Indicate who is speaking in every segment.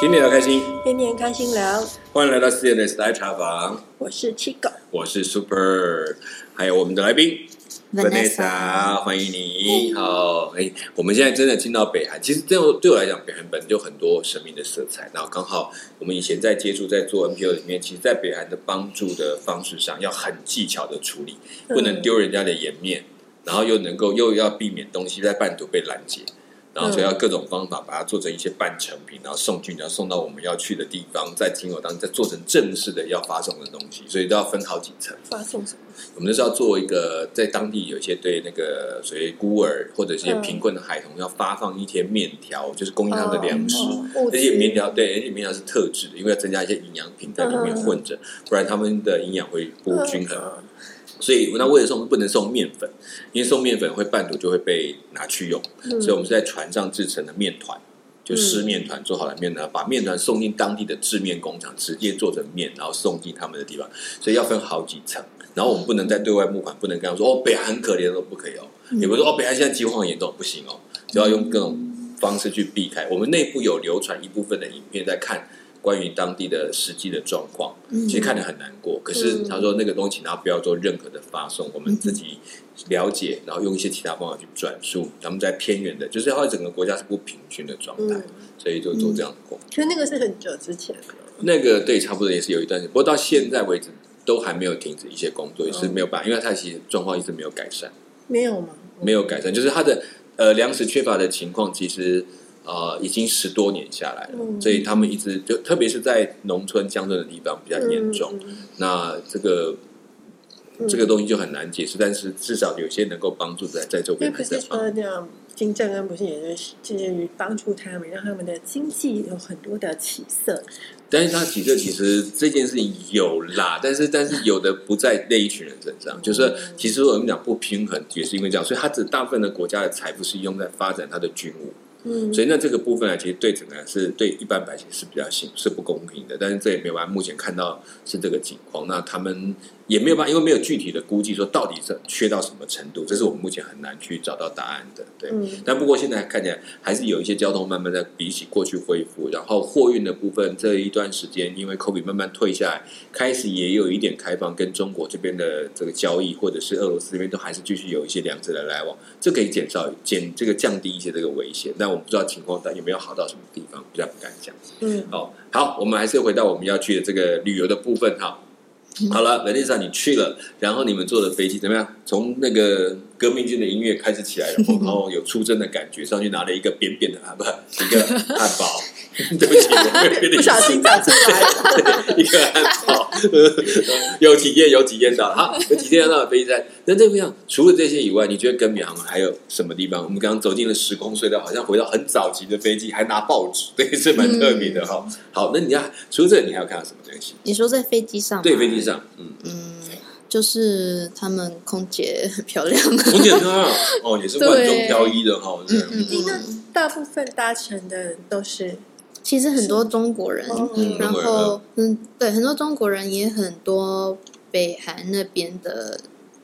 Speaker 1: 今天聊开心，
Speaker 2: 天天开心聊，
Speaker 1: 欢迎来到四点的时代茶房，
Speaker 2: 我是七狗，
Speaker 1: 我是 Super，还有我们的来宾 Vanessa，欢迎你。好，哎，我们现在真的听到北韩，其实对我对我来讲，北韩本来就很多生命的色彩。然后刚好我们以前在接触在做 NPO 里面，其实，在北韩的帮助的方式上，要很技巧的处理，不能丢人家的颜面，然后又能够又要避免东西在半途被拦截。然后所以要各种方法把它做成一些半成品，然后送去，然后送到我们要去的地方，在经过当再做成正式的要发送的东西，所以都要分好几层。
Speaker 2: 发送什么？
Speaker 1: 我们就是要做一个在当地有一些对那个所谓孤儿或者一些贫困的孩童要发放一些面条，就是供应他们的粮食。
Speaker 2: 哦物
Speaker 1: 而且面
Speaker 2: 资嗯
Speaker 1: 条对，而且面条是特制的，因为要增加一些营养品在里面混着，不然他们的营养会不均衡。所以那为了送不能送面粉，因为送面粉会半途就会被拿去用，
Speaker 2: 嗯
Speaker 1: 所以我们是在船上制成的面团。就湿面团做好了面团，把面团送进当地的制面工厂，直接做成面，然后送进他们的地方，所以要分好几层。然后我们不能再对外募款，不能跟他说哦，北韩很可怜都不可以哦，也不是说哦，北韩现在饥荒很严重，不行哦，就要用各种方式去避开。我们内部有流传一部分的影片在看关于当地的实际的状况，
Speaker 3: 嗯
Speaker 1: 其实看得很难过。可是
Speaker 2: 嗯
Speaker 1: 他说那个东西，然后不要做任何的发送，我们自己了解，然后用一些其他方法去转述。咱们在偏远的，就是它整个国家是不平均的状态
Speaker 2: 嗯，，
Speaker 1: 所以就做这样的工作。
Speaker 2: 可是那个是很久之前了，
Speaker 1: 那个对，差不多也是有一段时间，不过到现在为止都还没有停止一些工作，也
Speaker 2: 哦
Speaker 1: 是没有办法，因为它其实状况一直没有改善。
Speaker 2: 没有吗？
Speaker 1: 没有改善，就是它的呃粮食缺乏的情况，其实呃已经十多年下来了，
Speaker 2: 嗯
Speaker 1: 所以他们一直就特别是在农村乡镇的地方比较严重。
Speaker 2: 嗯
Speaker 1: 那这个
Speaker 2: 嗯
Speaker 1: 这个东西就很难解释，但是至少有些能够帮助在在周
Speaker 2: 因为
Speaker 1: 边
Speaker 2: 不
Speaker 1: 还
Speaker 2: 是
Speaker 1: 在帮。
Speaker 2: 说那样，金正恩不是也就是致力于帮助他们，让他们的经济有很多的起色。
Speaker 1: 但是他几个其实这件事情有啦，但是但是有的不在那一群人身
Speaker 2: 嗯
Speaker 1: 上，就是其实我们讲不平衡也是因为这样，所以它只大部分的国家的财富是用在发展它的军务。
Speaker 2: 嗯，
Speaker 1: 所
Speaker 2: 以
Speaker 1: 以那这个部分呢，其实对整个是对一般百姓是比较幸是不公平的，但是这也没有办法，目前看到是这个情况，那他们也没有办法，因为没有具体的估计说到底是缺到什么程度，这是我们目前很难去找到答案的，对。
Speaker 2: 嗯
Speaker 1: 但不过现在看起来还是有一些交通慢慢在比起过去恢复，然后货运的部分这一段时间因为 COVID 慢慢退下来，开始也有一点开放，跟中国这边的这个交易或者是俄罗斯这边都还是继续有一些粮食的来往，这可以减少减这个降低一些这个危险。但我们不知道情况到底有没有好到什么地方，比较不敢讲。
Speaker 2: 嗯，
Speaker 1: 好，好，我们还是回到我们要去的这个旅游的部分哈。好了，文丽莎，你去了，然后你们坐的飞机怎么样？从那个革命军的音乐开始起来了，然后有出征的感觉，上去拿了一个扁扁的啊，不，一个汉堡。对不起，我没有
Speaker 2: 不小心讲出来了。
Speaker 1: 一个汉堡，有体验，有体验到好，有体验到的飞机餐。那这样，除了这些以外，你觉得跟民航还有什么地方？我们刚刚走进了时空隧道，好像回到很早期的飞机，还拿报纸，对，是蛮特别的哈、好，那你要除了这，你还有看到什么东西？
Speaker 3: 你说在飞机上吗？
Speaker 1: 对，飞机上，嗯，
Speaker 3: 就是他们空姐很漂亮，
Speaker 1: 红姐很好哦，也是万中挑一的哈，对，
Speaker 3: 嗯
Speaker 2: 因为大部分搭乘的人都是，
Speaker 3: 其实很多中国人，
Speaker 2: 哦
Speaker 1: 嗯
Speaker 3: 然后嗯，对，很多中国人也很多北韩那边的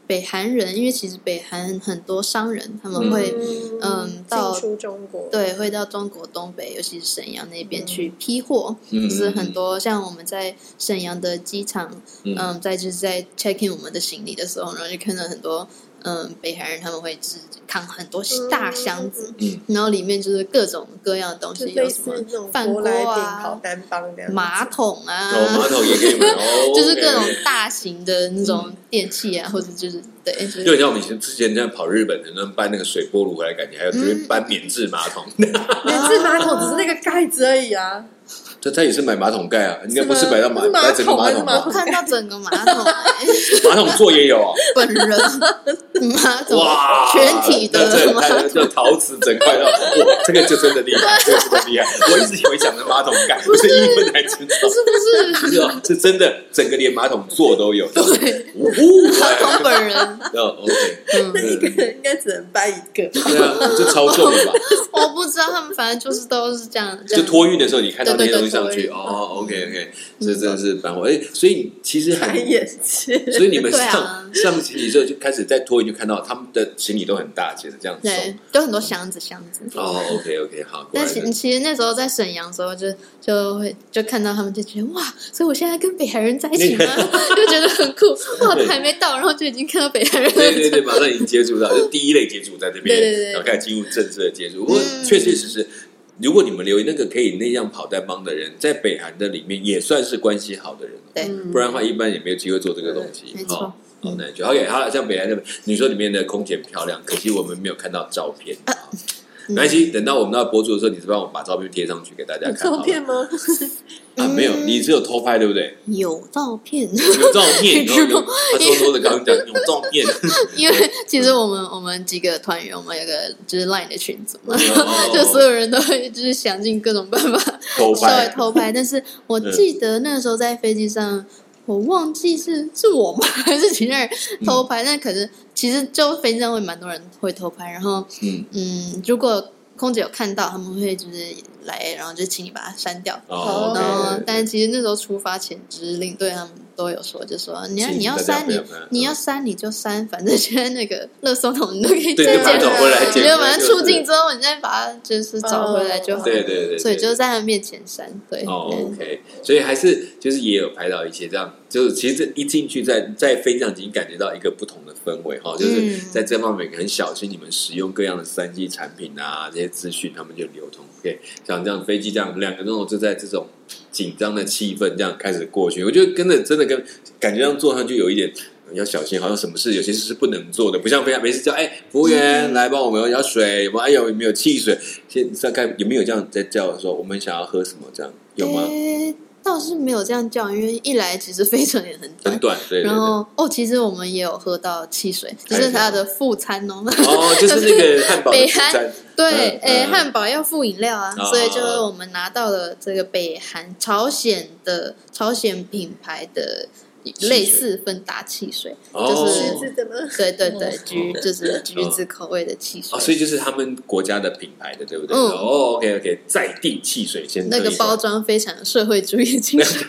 Speaker 3: 北韩人，因为其实北韩很多商人，他们会、
Speaker 2: 嗯
Speaker 3: 嗯到
Speaker 2: 进出中国，
Speaker 3: 对会到中国东北，尤其是沈阳那边
Speaker 2: 嗯
Speaker 3: 去批货，
Speaker 1: 嗯
Speaker 3: 就是很多像我们在沈阳的机场，
Speaker 1: 嗯
Speaker 3: 嗯，在就是在 check in 我们的行李的时候，然后就看到很多嗯北韩人他们会就是扛很多大箱子，
Speaker 1: 嗯
Speaker 3: 然后里面就是各种各样的东
Speaker 2: 就
Speaker 3: 西，
Speaker 2: 类
Speaker 3: 有什
Speaker 2: 似
Speaker 3: 么
Speaker 2: 那种
Speaker 3: 饭
Speaker 2: 舶来
Speaker 3: 锅
Speaker 2: 品
Speaker 3: 啊
Speaker 2: 烤单帮这样子，
Speaker 3: 马 桶啊，
Speaker 1: 哦，马桶也可以买哦，
Speaker 3: 就是各种
Speaker 1: OK 嗯
Speaker 3: 大型的那种电器啊，或者就是对，就是
Speaker 1: 就很像我们以前之前在跑日本的，那搬那个水波炉回来，感觉还有直接搬免治马桶，
Speaker 3: 嗯
Speaker 2: 免治马桶只是那个盖子而已啊。
Speaker 1: 这 他也是买马桶盖啊，应该不是
Speaker 2: 是吗
Speaker 1: 买到马
Speaker 2: 是马桶
Speaker 1: 买整个马桶
Speaker 2: 还是马
Speaker 1: 吧
Speaker 2: 桶？
Speaker 3: 我看到整个马桶、欸
Speaker 1: 马桶座也 有啊！
Speaker 3: 本人马桶
Speaker 1: 哇，
Speaker 3: 全体的
Speaker 1: 这
Speaker 3: 马
Speaker 1: 这这陶瓷整块的，哇，这个就真的厉 害，这个真的厉害！我一直以为讲的马桶盖，不是英文才 知道，
Speaker 3: 是不
Speaker 1: 不
Speaker 3: 是？
Speaker 1: 是哦，是真的，整个连马桶座都有。
Speaker 3: 对，
Speaker 1: 呜呼，
Speaker 3: 马桶本人，
Speaker 1: 那 OK，
Speaker 2: 那
Speaker 3: 嗯，
Speaker 2: 一个人应该只能搬一个，
Speaker 1: 对啊，这超重的吧？
Speaker 3: 我不知道他们，反正就是都是这样，这
Speaker 1: 就
Speaker 3: 样
Speaker 1: 托运的时候，你看到那些东西上去哦，OK OK，这真
Speaker 3: 嗯
Speaker 1: 的是蛮火。哎，所以其实很
Speaker 2: 开，眼界，
Speaker 1: 所以你们
Speaker 3: 啊对啊
Speaker 1: 上上行李之后就开始在托运，就看到他们的行李都很大件的这样子
Speaker 3: 对
Speaker 1: 送。，
Speaker 3: 有很多箱子箱子。
Speaker 1: 哦，OK OK，好，果
Speaker 3: 但
Speaker 1: 然
Speaker 3: 其
Speaker 1: 是
Speaker 3: 其实那时候在沈阳的时候就，就会就看到他们就觉得哇，所以我现在跟北韩人在一起吗？ 就觉得很酷哇，
Speaker 1: 对
Speaker 3: 都还没到，然后就已经看到北韩人
Speaker 1: 对对
Speaker 3: 了。
Speaker 1: 对，马上已经接触到，就第一类接触在这边，
Speaker 3: 对对对对
Speaker 1: 然后开始进入正式的接触。不过
Speaker 3: 嗯
Speaker 1: 确确实实，如果你们留意那个可以那样跑单帮的人，在北韩的里面也算是关系好的人了，
Speaker 3: 对
Speaker 2: 嗯
Speaker 1: 不然的话一般也没有机会做这个东西。
Speaker 3: 没错
Speaker 1: 哦好难去。OK，好了，像北韩那边，你说里面的空姐漂亮，可惜我们没有看到照片。
Speaker 3: 啊
Speaker 1: 好没关系，等到我们到博主的时候，你是帮我把照片贴上去给大家
Speaker 2: 有
Speaker 1: 看好
Speaker 2: 照
Speaker 1: 了。
Speaker 2: 片吗？
Speaker 1: 啊，没有，
Speaker 3: 嗯
Speaker 1: 你只有偷拍对不 对？
Speaker 3: 有照片，
Speaker 1: 有照片，然后
Speaker 3: 直播
Speaker 1: 有他偷偷的刚刚讲有照片，
Speaker 3: 因为其实我们我们几个团员，我们有个就是 LINE 的群组嘛，
Speaker 1: 哦
Speaker 3: 就所有人都会就是想尽各种办 法
Speaker 1: 偷
Speaker 3: 稍微
Speaker 1: 拍，
Speaker 3: 偷拍。但是我
Speaker 1: 嗯
Speaker 3: 记得那时候在飞机上，我忘记是是我吗， 还是其他人偷
Speaker 1: 嗯
Speaker 3: 拍？但可是其实就飞机上会蛮多人会偷拍，然后
Speaker 1: 嗯，
Speaker 3: 嗯，如果空姐有看到，他们会就是来，然后就请你把它删掉。
Speaker 1: 哦，
Speaker 3: 然后
Speaker 1: OK，，
Speaker 3: 但其实那时候出发前，只是领队他们都有说，就说你要
Speaker 1: 请
Speaker 3: 你要
Speaker 1: 大家
Speaker 3: 删
Speaker 1: 不
Speaker 3: 你
Speaker 1: 要嗯拍
Speaker 3: 你要删你就删，反正现在那个垃圾桶你都可以
Speaker 1: 对
Speaker 3: 再
Speaker 1: 就把它
Speaker 3: 捡
Speaker 1: 找回来
Speaker 2: 捡
Speaker 3: 你
Speaker 2: 回
Speaker 1: 来
Speaker 3: 就把它
Speaker 1: 就是
Speaker 3: 出境之后，你再把它就是找回来就好。
Speaker 2: 哦
Speaker 1: 对对对，
Speaker 3: 所以
Speaker 1: 对
Speaker 3: 就在他面前删，对，
Speaker 1: 哦
Speaker 3: 对
Speaker 1: ，OK，所以还是就是也有拍到一些这样，就是其实一进去在在飞机上已经感觉到一个不同的氛围哈，就是
Speaker 3: 嗯
Speaker 1: 在这方面很小心你们使用各样的三 G 产品啊，这些资讯他们就流通。OK，像这样飞机这样两个钟头就在这种紧张的气氛这样开始过去，我觉得跟着真的跟感觉上坐上去有一点。呃要小心，好像什么事有些事是不能做的，不像飞常没事叫哎，服务员、来帮我们要水，有没有哎有没有汽水？现大概有没有这样在叫说我们想要喝什么这样有吗？
Speaker 3: 诶倒是没有这样叫，因为一来其实飞程也很短
Speaker 1: 很，短，对对对。
Speaker 3: 然后哦，其实我们也有喝到汽水，只
Speaker 1: 还有
Speaker 3: 是它的副餐哦。
Speaker 1: 哦，就是那个汉堡的
Speaker 3: 北
Speaker 1: 主
Speaker 3: 韩
Speaker 1: 餐，
Speaker 3: 对，
Speaker 1: 嗯
Speaker 3: 诶，
Speaker 1: 嗯
Speaker 3: 汉堡要附饮料啊，
Speaker 1: 哦
Speaker 3: 所以就是我们拿到了这个北韩朝鲜的朝鲜品牌的
Speaker 1: 水
Speaker 3: 类似芬达汽水，
Speaker 1: 哦
Speaker 3: 就是
Speaker 2: 狮子怎么？
Speaker 3: 对对对，橘
Speaker 1: 哦
Speaker 3: 就是橘子口味的汽水，
Speaker 1: 哦，所以就是他们国家的品牌的，对不对？
Speaker 3: 嗯
Speaker 1: 哦，OK OK，在地汽水先
Speaker 3: 那个
Speaker 1: 喝一下
Speaker 3: 包，装非常有社会主义精神，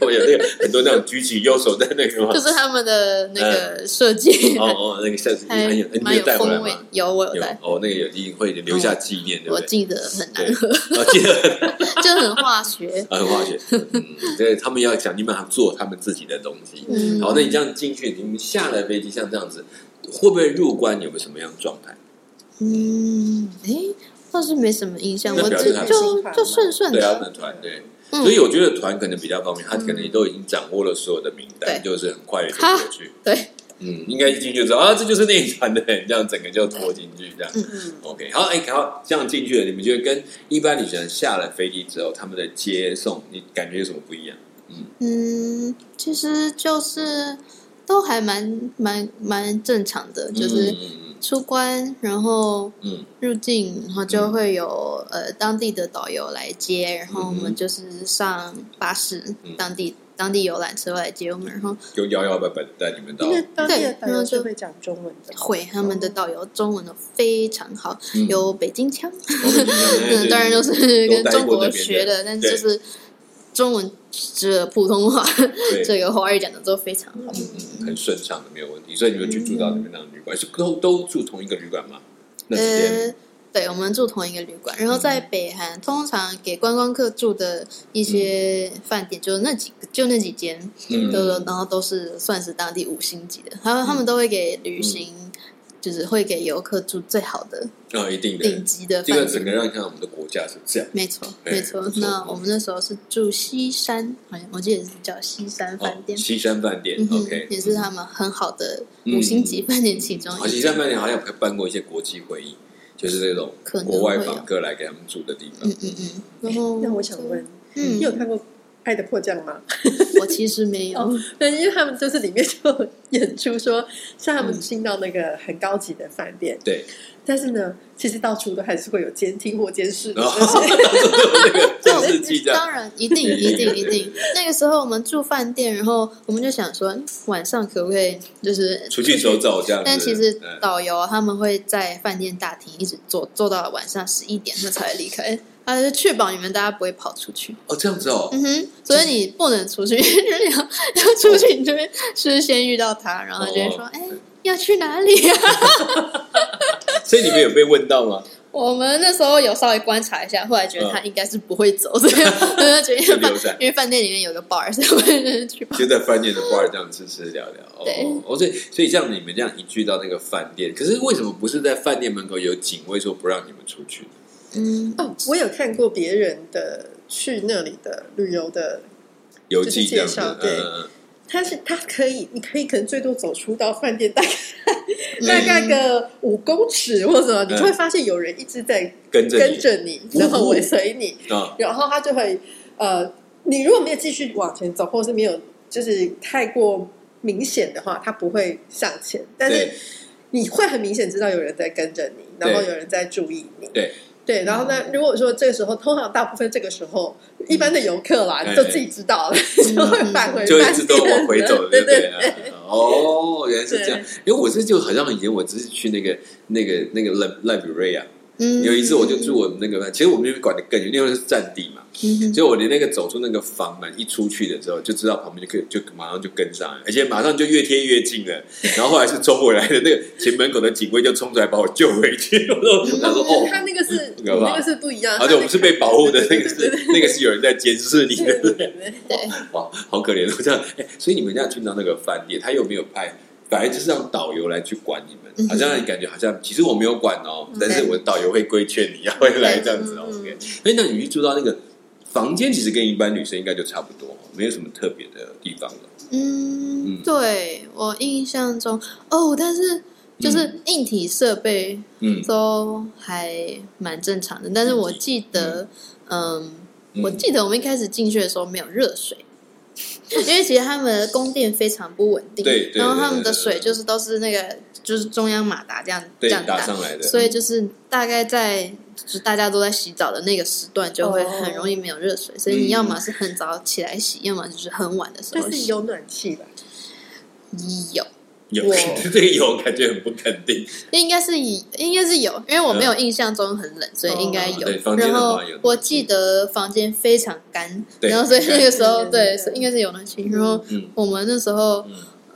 Speaker 1: 我有那个很多那种举起右手在那个吗
Speaker 3: 就？是他们的那个设 计
Speaker 1: 哦哦，那个下次
Speaker 3: 还
Speaker 1: 很有，你
Speaker 3: 哎蛮有
Speaker 1: 带回来
Speaker 3: 风味
Speaker 1: 吗？。
Speaker 3: 有我有
Speaker 1: 有
Speaker 3: 带，哦
Speaker 1: 哦，那个有一定会留下纪念，对不
Speaker 3: 我
Speaker 1: 对？
Speaker 3: 记得很
Speaker 1: 对
Speaker 3: 难喝，，
Speaker 1: 哦，记得
Speaker 3: 就很 化学。
Speaker 1: 啊，很化学，嗯，对他们要想尽办法做他们自己的东西。
Speaker 3: 嗯，
Speaker 1: 好，那你这样进去，你们下了飞机像这样子，会不会入关？有没有什么样的状态？
Speaker 3: 嗯，哎，倒是没什么印象，
Speaker 1: 那
Speaker 3: 我
Speaker 1: 表
Speaker 3: 只
Speaker 1: 示还
Speaker 3: 就
Speaker 2: 蛮
Speaker 3: 就顺顺
Speaker 1: 对啊，那
Speaker 3: 的，
Speaker 1: 团对。
Speaker 3: 嗯
Speaker 1: 所以我觉得团可能比较方便，他可能都已经掌握了所有的名单，
Speaker 3: 对
Speaker 1: 就是很快的就过去。
Speaker 3: 对，
Speaker 1: 嗯，应该一进去就知道啊，这就是那一团的人，这样整个就拖进去这样。
Speaker 2: 嗯，
Speaker 1: OK，好，哎、好，这样进去了，你们觉得跟一般旅行人下了飞机之后，他们的接送，你感觉有什么不一样？
Speaker 3: 嗯，其实就是都还蛮蛮蛮正常的，就是
Speaker 1: 嗯嗯
Speaker 3: 出关，然后
Speaker 1: 嗯
Speaker 3: 入境，然后就会有、呃当地的导游来接，然后我
Speaker 1: 嗯哼
Speaker 3: 们就是上巴士，
Speaker 1: 嗯
Speaker 3: 当地当地游览车来接我们，然后
Speaker 1: 嗯，就摇摇摆摆的带你们到
Speaker 3: 嗯
Speaker 2: 因，为当地的
Speaker 3: 对
Speaker 2: 导
Speaker 3: 然后
Speaker 2: 游
Speaker 3: 就是
Speaker 2: 会讲中文的，
Speaker 3: 会他们的导游中文都非常好，
Speaker 1: 哦嗯
Speaker 3: 有北京腔，
Speaker 1: 嗯
Speaker 3: 嗯，当然都是
Speaker 1: 都
Speaker 3: 跟
Speaker 1: 待
Speaker 3: 中
Speaker 1: 过那
Speaker 3: 国
Speaker 1: 边
Speaker 3: 学
Speaker 1: 的
Speaker 3: 的，但
Speaker 1: 对
Speaker 3: 就是中文这普通话
Speaker 1: 对
Speaker 3: 这个华语讲的都非常好。
Speaker 1: 嗯嗯，很顺畅的，没有问题。所以你们去住到你们那种旅
Speaker 3: 嗯
Speaker 1: 馆，是都都住同一个旅馆吗？那时间，嗯
Speaker 3: 呃，对，我们住同一个旅馆，然后在北韩，通常给观光客住的一些饭店，就那几就那几间，
Speaker 1: 嗯，
Speaker 3: 都然后都是算是当地五星级的，他们他们都会给旅
Speaker 1: 嗯
Speaker 3: 行，就是会给游客住最好的
Speaker 1: 啊，一定的，
Speaker 3: 顶级的
Speaker 1: 这个
Speaker 3: 呃饭
Speaker 1: 整个
Speaker 3: 店。
Speaker 1: 让你看到我们的国家是这样。
Speaker 3: 没错，
Speaker 1: 哎
Speaker 3: 没错
Speaker 1: 不错。
Speaker 3: 那我们那时候是住西山，好像我记得是叫西山饭
Speaker 1: 哦，
Speaker 3: 店，
Speaker 1: 西山饭店
Speaker 3: 嗯哼
Speaker 1: ，OK，，
Speaker 3: 也是他们很好的
Speaker 1: 嗯
Speaker 3: 五星级饭店其中
Speaker 1: 好，
Speaker 3: 一
Speaker 1: 西
Speaker 3: 间
Speaker 1: 山。饭店好像有办过一些国际会议，就是这种
Speaker 3: 可能会
Speaker 1: 国
Speaker 3: 有
Speaker 1: 外访客来给他们住的地方
Speaker 3: 嗯。嗯嗯。然后，
Speaker 2: 那我想问，
Speaker 3: 嗯
Speaker 2: 你有看过《爱的迫降》吗？
Speaker 3: 我其实 没有，
Speaker 2: 哦对，因为他们就是里面就有演出说，像他们
Speaker 1: 嗯
Speaker 2: 进到那个很高级的饭店，
Speaker 1: 对，
Speaker 2: 但是呢，其实到处都还是会有监听或监视的
Speaker 1: 然。后那个
Speaker 3: 就
Speaker 1: 电视剧这样，
Speaker 3: 当然，一定一定一定。那个时候我们住饭店，然后我们就想说晚上可不可以就是
Speaker 1: 出去走走这样子。
Speaker 3: 但其实
Speaker 1: 嗯
Speaker 3: 导游啊他们会在饭店大厅一直坐坐到晚上十一点，他才离开。他就确保你们大家不会跑出去。
Speaker 1: 哦这样子哦，
Speaker 3: 嗯哼，所以你不能出去， 就是你要要出去，你就会事先遇到他，然后他就会说：“
Speaker 1: 哦
Speaker 3: 哎、要去哪里啊
Speaker 1: 所以你们有被问到吗？？”
Speaker 3: 我们那时候有稍微观察一下，后来觉得他应该是不会走，所 以我就决
Speaker 1: 嗯就
Speaker 3: 定
Speaker 1: 留在
Speaker 3: 因为饭店里面有个 bar，所以我们就是去吧。
Speaker 1: 就在饭店的 bar 这样吃吃聊聊。
Speaker 3: 对
Speaker 1: 哦，哦，所以所以这样你们这样一聚到那个饭店，可是为什么不是在饭店门口有警卫说不让你们出去？
Speaker 3: 嗯，
Speaker 2: 哦，我有看过别人的去那里的旅游的，
Speaker 1: 游记这样
Speaker 2: 就
Speaker 1: 子
Speaker 2: 是介绍，
Speaker 1: 嗯
Speaker 2: 对
Speaker 1: 嗯，嗯
Speaker 2: 他是他可以，你可以可能最多走出到饭店大概
Speaker 3: 嗯
Speaker 2: 大概个五公尺或
Speaker 1: 嗯
Speaker 2: 者什么，你就会发现有人一直在
Speaker 1: 跟着
Speaker 2: 跟
Speaker 1: 你
Speaker 2: 着你，然后尾随你，
Speaker 1: 啊，
Speaker 2: 然后他就会呃，你如果没有继续往前走，或是没有就是太过明显的话，他不会上前，但是
Speaker 1: 对
Speaker 2: 你会很明显知道有人在跟着你，
Speaker 1: 对
Speaker 2: 然后有人在注意你。
Speaker 1: 对
Speaker 2: 对，然后呢？如果说这个时候，通常大部分这个时候，一般的游客啦，
Speaker 1: 哎
Speaker 2: 就自己知道了， 就会返回，
Speaker 1: 嗯就会自动往回走，对
Speaker 2: 对
Speaker 1: 不
Speaker 2: 对
Speaker 1: 对？啊哦，原来是这样
Speaker 2: 对。
Speaker 1: 因为我是就好像以前我只是去那个那个那个赖赖比瑞亚，
Speaker 3: 嗯
Speaker 1: 有一次我就住我们那个，其实我们那边管的更严，因为是占地嘛，
Speaker 3: 嗯哼
Speaker 1: 所以我连那个走出那个房门一出去的时候，就知道旁边就可以就马上就跟上来，而且马上就越贴越近了。然后后来是冲回来的那个前门口的警卫就冲出来把我救回去，我都我想说
Speaker 2: 哦，
Speaker 1: 哦。
Speaker 2: 他那个是，你
Speaker 1: 可怕
Speaker 2: 那个是不一样。
Speaker 1: 而且我们是被保护的，那
Speaker 2: 对
Speaker 1: 个
Speaker 2: 对对
Speaker 1: 是那个是有人在监视你的
Speaker 2: 对，对对对
Speaker 3: 对，
Speaker 1: 哇，好可怜哦！这样，哎，所以你们这样去到那个饭店，他又没有派，反正就是让导游来去管你们，
Speaker 3: 嗯
Speaker 1: 好像感觉好像其实我没有管哦，但是我导游会规劝你要回来这样子哦。
Speaker 2: 嗯
Speaker 1: OK，哎，那你去住到那个房间，其实跟一般女生应该就差不多，哦没有什么特别的地方了。
Speaker 3: 嗯
Speaker 1: 嗯，
Speaker 3: 对我印象中哦，但是就是硬体设备
Speaker 1: 嗯，
Speaker 3: 都还蛮正常的，但是我记得，嗯，
Speaker 1: 嗯
Speaker 3: 我记得我们一开始进去的时候没有热水。 因为其实他们的供电非常不稳定，
Speaker 1: 对对
Speaker 3: 然后他
Speaker 1: 对
Speaker 3: 们的
Speaker 1: 对对
Speaker 3: 水就是都是那个就是中央马达这样这
Speaker 1: 对，
Speaker 3: 样
Speaker 1: 打上来的，
Speaker 3: 所以就是大概在就是大家都在洗澡的那个时段，就会
Speaker 2: 哦
Speaker 3: 很容易没有热水，所以
Speaker 1: 嗯
Speaker 3: 你要么是很早起来洗，要么就是很晚的时候
Speaker 2: 但是
Speaker 3: 洗。
Speaker 2: 有暖气吧？
Speaker 3: 有，
Speaker 1: 有
Speaker 2: 我
Speaker 1: 这个有感觉很不肯 定，
Speaker 3: 应该是以应该是有，因为我没有印象中很冷，所以应该有
Speaker 1: 嗯哦对房。间
Speaker 3: 然
Speaker 1: 的话
Speaker 3: 后
Speaker 1: 有
Speaker 3: 我记得房间非常干，
Speaker 1: 对
Speaker 3: 然后所以那个时候
Speaker 2: 很干
Speaker 3: 对
Speaker 2: 嗯
Speaker 3: 是应该是有暖气。然后
Speaker 1: 嗯
Speaker 3: 我们那时候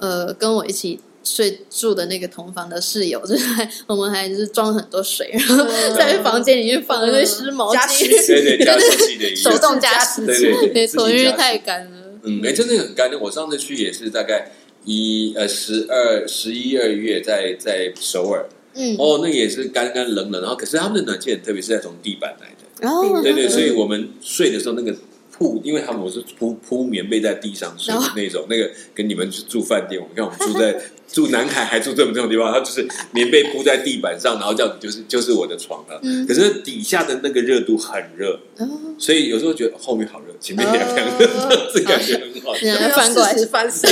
Speaker 1: 嗯，
Speaker 3: 呃跟我一起睡住的那个同房的室友，就是还我们还就是装了很多水，然后在房间里面放了一堆湿毛
Speaker 2: 加
Speaker 3: 巾
Speaker 2: 湿，
Speaker 1: 对对，加嗯湿器的一个
Speaker 3: 手动加湿
Speaker 1: 对对 对
Speaker 3: 没错，
Speaker 1: 自
Speaker 3: 因
Speaker 1: 己加
Speaker 3: 为
Speaker 1: 湿
Speaker 3: 太干了。
Speaker 1: 嗯，哎、真的很干净。我上次去也是大概一呃十二十一二月在在首尔，
Speaker 3: 嗯，
Speaker 1: 哦，那个也是干干冷冷，然后可是他们的暖气很特别，是在从地板来的。
Speaker 3: 然后
Speaker 1: 对对，
Speaker 2: 嗯
Speaker 1: 所以我们睡的时候那个铺，因为他们我是铺铺棉被在地上睡的那种，那个跟你们去住饭店，我们看我们住在住南海还住这么这种地方，它就是棉被铺在地板上，然后这样就是就是我的床了。
Speaker 3: 嗯
Speaker 1: 可是底下的那个热度很热，
Speaker 3: 哦
Speaker 1: 所以有时候觉得后面好热，前面凉凉的， 这感觉很好笑。
Speaker 3: 然后翻过来
Speaker 2: 要适时 翻身，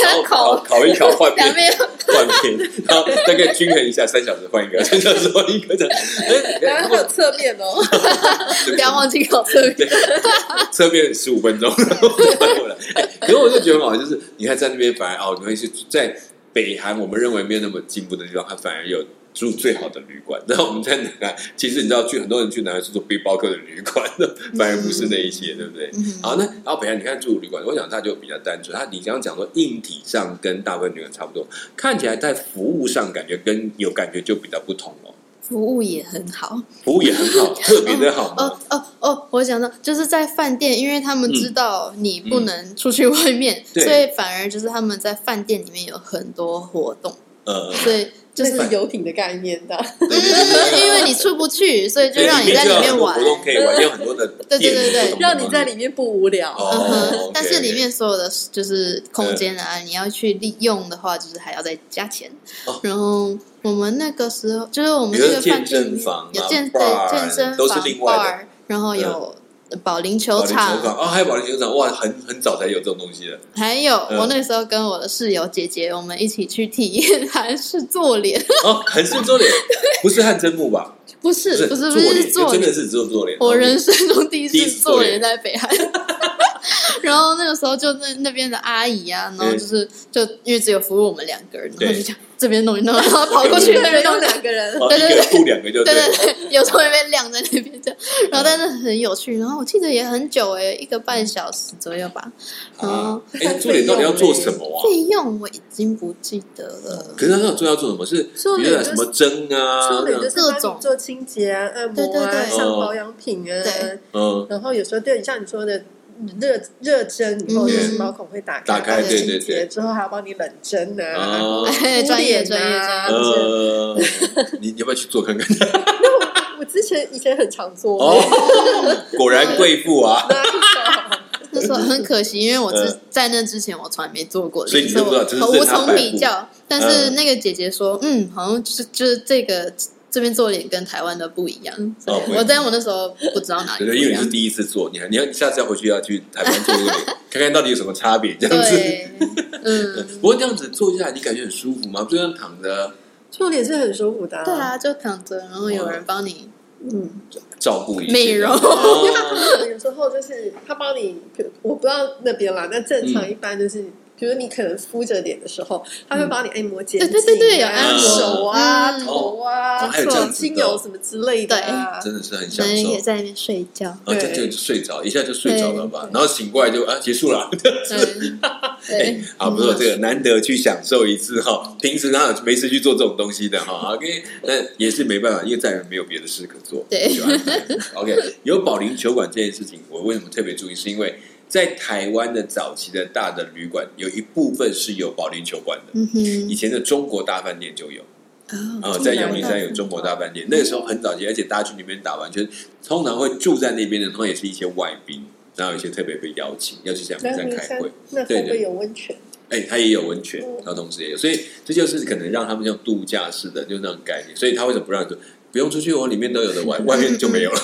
Speaker 1: 然后烤烤一烤换
Speaker 3: 两
Speaker 1: 片
Speaker 3: 边
Speaker 1: 换片，然后大概均衡一下，三小时换一个，三小时换一个这样。
Speaker 2: 然后还有侧面 哦，
Speaker 3: 不要忘记搞这边。
Speaker 1: 对，侧面十五分钟，然后就翻过来。 哎，可是我就觉得很好，就是你看在那边反而哦，你会是在北韩我们认为没有那么进步的地方，它反而有。住最好的旅馆， 然后我们在南韩，其实你知道，去很多人去南韩是住背包客的旅馆，反而不是那一些，对不对？
Speaker 3: 嗯
Speaker 1: 好，那然后北韩你看住旅馆，我想它就比较单纯。它你刚刚讲说硬体上跟大部分旅馆差不多，看起来在服务上感觉跟有感觉就比较不同哦。
Speaker 3: 服务也很好。
Speaker 1: 服务也很 好，特别的好吗
Speaker 3: 哦？哦哦，我想到就是在饭店，因为他们知道你不能出去外面，
Speaker 1: 嗯对
Speaker 3: 所以反而就是他们在饭店里面有很多活动，
Speaker 1: 呃，
Speaker 3: 所以
Speaker 2: 就
Speaker 3: 就是
Speaker 2: 是游艇的概念的，
Speaker 1: 对对对
Speaker 3: 因为你出不去，所以就
Speaker 1: 对
Speaker 3: 让你在里
Speaker 1: 里
Speaker 3: 面
Speaker 1: 面
Speaker 3: 玩
Speaker 1: 就。有很多活动可以玩，有很多的
Speaker 3: 对对对对
Speaker 1: 点不同的
Speaker 2: 让你在里面不无聊。
Speaker 3: 嗯
Speaker 1: 哦
Speaker 3: 哼，，但是
Speaker 1: OK，OK
Speaker 3: 里面所有的就是空间啊，你要去利用的话，就是还要再加钱
Speaker 1: 哦。
Speaker 3: 然后我们那个时候就是我们
Speaker 1: 比如
Speaker 3: 那
Speaker 1: 说
Speaker 3: 个饭店
Speaker 1: 健身房啊
Speaker 3: 有健
Speaker 1: bar，
Speaker 3: 对健身
Speaker 1: 都是另外的
Speaker 3: 房 bar，然后有保龄球
Speaker 1: 保龄球
Speaker 3: 场，
Speaker 1: 场哦，还有保龄球场，哇，很很早才有这种东西了。
Speaker 3: 还有
Speaker 1: 嗯
Speaker 3: 我那时候跟我的室友姐姐，我们一起去体验韩式坐脸，
Speaker 1: 哦，韩式做脸不是汗蒸木吧？
Speaker 3: 不
Speaker 1: 不
Speaker 3: 是不
Speaker 1: 是
Speaker 3: 是
Speaker 1: 做
Speaker 3: 不是
Speaker 1: 脸，
Speaker 3: 坐
Speaker 1: 就真
Speaker 3: 脸
Speaker 1: 的，是只有做脸。
Speaker 3: 我
Speaker 1: OK
Speaker 3: 人生中第一
Speaker 1: 第一
Speaker 3: 次
Speaker 1: 次
Speaker 3: 坐
Speaker 1: 坐
Speaker 3: 脸
Speaker 1: 脸
Speaker 3: 在 北韩。然后那个时候就那那边的阿姨啊，然后就是就因为只有服务我们两个人，然后
Speaker 1: 对
Speaker 3: 就讲这边弄一弄，然后跑过去那边弄
Speaker 2: 弄
Speaker 3: 两
Speaker 2: 两个人，
Speaker 1: 哦，
Speaker 3: 对
Speaker 1: 一
Speaker 3: 对
Speaker 1: 个吐两个就
Speaker 3: 对
Speaker 1: 对了。
Speaker 3: 对嗯对，有时候会被晾在那边这样，然后但是很有趣，然后我记得也很久哎、一个半小时左右吧。然后
Speaker 1: 啊，哎，做脸到底要做什 么啊？
Speaker 3: 费用我已经不记得了，
Speaker 1: 可是它那种做要做什么？是
Speaker 3: 做
Speaker 1: 比
Speaker 3: 脸
Speaker 1: 如
Speaker 3: 就是
Speaker 1: 说什么针啊
Speaker 2: 处，
Speaker 1: 这
Speaker 2: 女
Speaker 1: 样
Speaker 2: 就是
Speaker 3: 各
Speaker 2: 帮你
Speaker 3: 种
Speaker 2: 做清洁啊、按摩
Speaker 3: 对对
Speaker 2: 啊、
Speaker 3: 对
Speaker 2: 上保养品啊，
Speaker 3: 对
Speaker 1: 嗯，
Speaker 2: 然后有时候对像你说的热热蒸以后，
Speaker 3: 嗯
Speaker 2: 就是毛孔会打
Speaker 1: 打开
Speaker 2: 帮你
Speaker 1: 对
Speaker 2: 清
Speaker 1: 对
Speaker 2: 洁
Speaker 1: 对
Speaker 2: 之后还要帮你冷蒸啊。
Speaker 1: 哦，
Speaker 3: 哎专业专业专业，
Speaker 1: 呃，你你要不要去做 看看？
Speaker 2: 我之前以前很常做，
Speaker 1: 哦，果然贵妇啊，
Speaker 3: 那时候很可惜，因为我之
Speaker 1: 嗯
Speaker 3: 在那之前我从来没做过脸，
Speaker 1: 所以你
Speaker 3: 所
Speaker 1: 就不知道
Speaker 3: 以
Speaker 1: 这
Speaker 3: 我
Speaker 1: 是
Speaker 3: 无
Speaker 1: 正常百
Speaker 3: 从比
Speaker 1: 步
Speaker 3: 较。但是
Speaker 1: 嗯
Speaker 3: 那个姐姐说，嗯，好像就是就是这个这边做脸跟台湾的不一样，所
Speaker 1: 哦不
Speaker 3: 以
Speaker 1: 一样
Speaker 3: 我但我那时候不知道哪里
Speaker 1: 对
Speaker 3: 不
Speaker 1: 对，因
Speaker 3: 一
Speaker 1: 为你
Speaker 3: 样
Speaker 1: 是。第一次做，你还你要你下次要回去要去台湾做 一个脸，看看到底有什么差别，这样子。
Speaker 3: 对， 嗯，
Speaker 1: 不过这样子做下来，你感觉很舒服吗？就这样躺着
Speaker 2: 做脸是很舒服的。
Speaker 3: 对，啊，就躺着，然后有人帮你
Speaker 1: 哦
Speaker 2: 嗯，
Speaker 1: 照顾一下
Speaker 3: 美容
Speaker 2: 因为他
Speaker 1: 哦
Speaker 2: 可能有时候就是他帮你，比如我不知道那边啦，那正常
Speaker 1: 嗯
Speaker 2: 一般就是。比如你可能敷着脸的时候，他会帮你哎按摩肩
Speaker 3: 对
Speaker 2: 颈、
Speaker 3: 对对对有按
Speaker 1: 摩
Speaker 2: 手啊、
Speaker 3: 嗯
Speaker 2: 头啊、
Speaker 1: 哦还有这样子的
Speaker 2: 精油什么之类的啊。
Speaker 1: 真的是很享
Speaker 3: 人
Speaker 1: 受
Speaker 3: 也。在那边睡 觉。
Speaker 1: 然后就
Speaker 2: 对
Speaker 1: 就就睡着，一下就睡着了吧
Speaker 2: 对，
Speaker 1: 然后醒过来就啊结束了。
Speaker 3: 对，
Speaker 1: 哎
Speaker 3: 对，，
Speaker 1: 好，不错，这个难得去享受一次哈，平时哪有没事去做这种东西的哈？OK，那也是没办法，因为在人没有别的事可做。
Speaker 3: 对
Speaker 1: 就安排，OK，有保龄球馆这件事情，我为什么特别注意？是因为在台湾的早期的大的旅馆，有一部分是有保龄球馆的，
Speaker 3: 嗯
Speaker 1: 以
Speaker 3: 哼，
Speaker 1: 前的中国大饭店就有。
Speaker 3: 哦
Speaker 1: 啊，
Speaker 2: 中
Speaker 1: 在
Speaker 2: 南
Speaker 1: 阳明山
Speaker 2: 大
Speaker 1: 有中国大饭店，那个时候很早期，而且大家去那边打完拳，通常会住在那边的，通常也是一些外宾，然后有些特别被邀请要去阳明
Speaker 2: 那
Speaker 1: 山
Speaker 2: 明
Speaker 1: 开
Speaker 2: 山
Speaker 1: 会。
Speaker 2: 那
Speaker 1: 对
Speaker 2: 会不
Speaker 1: 对
Speaker 2: 会有温泉？
Speaker 1: 哎、它也有温泉
Speaker 2: 嗯，
Speaker 1: 然后同时也有，所以这就是可能让他们像度假式的，就那种概念。所以他为什么不让你做？不用出去哦，里面都有的玩，外面就没有了。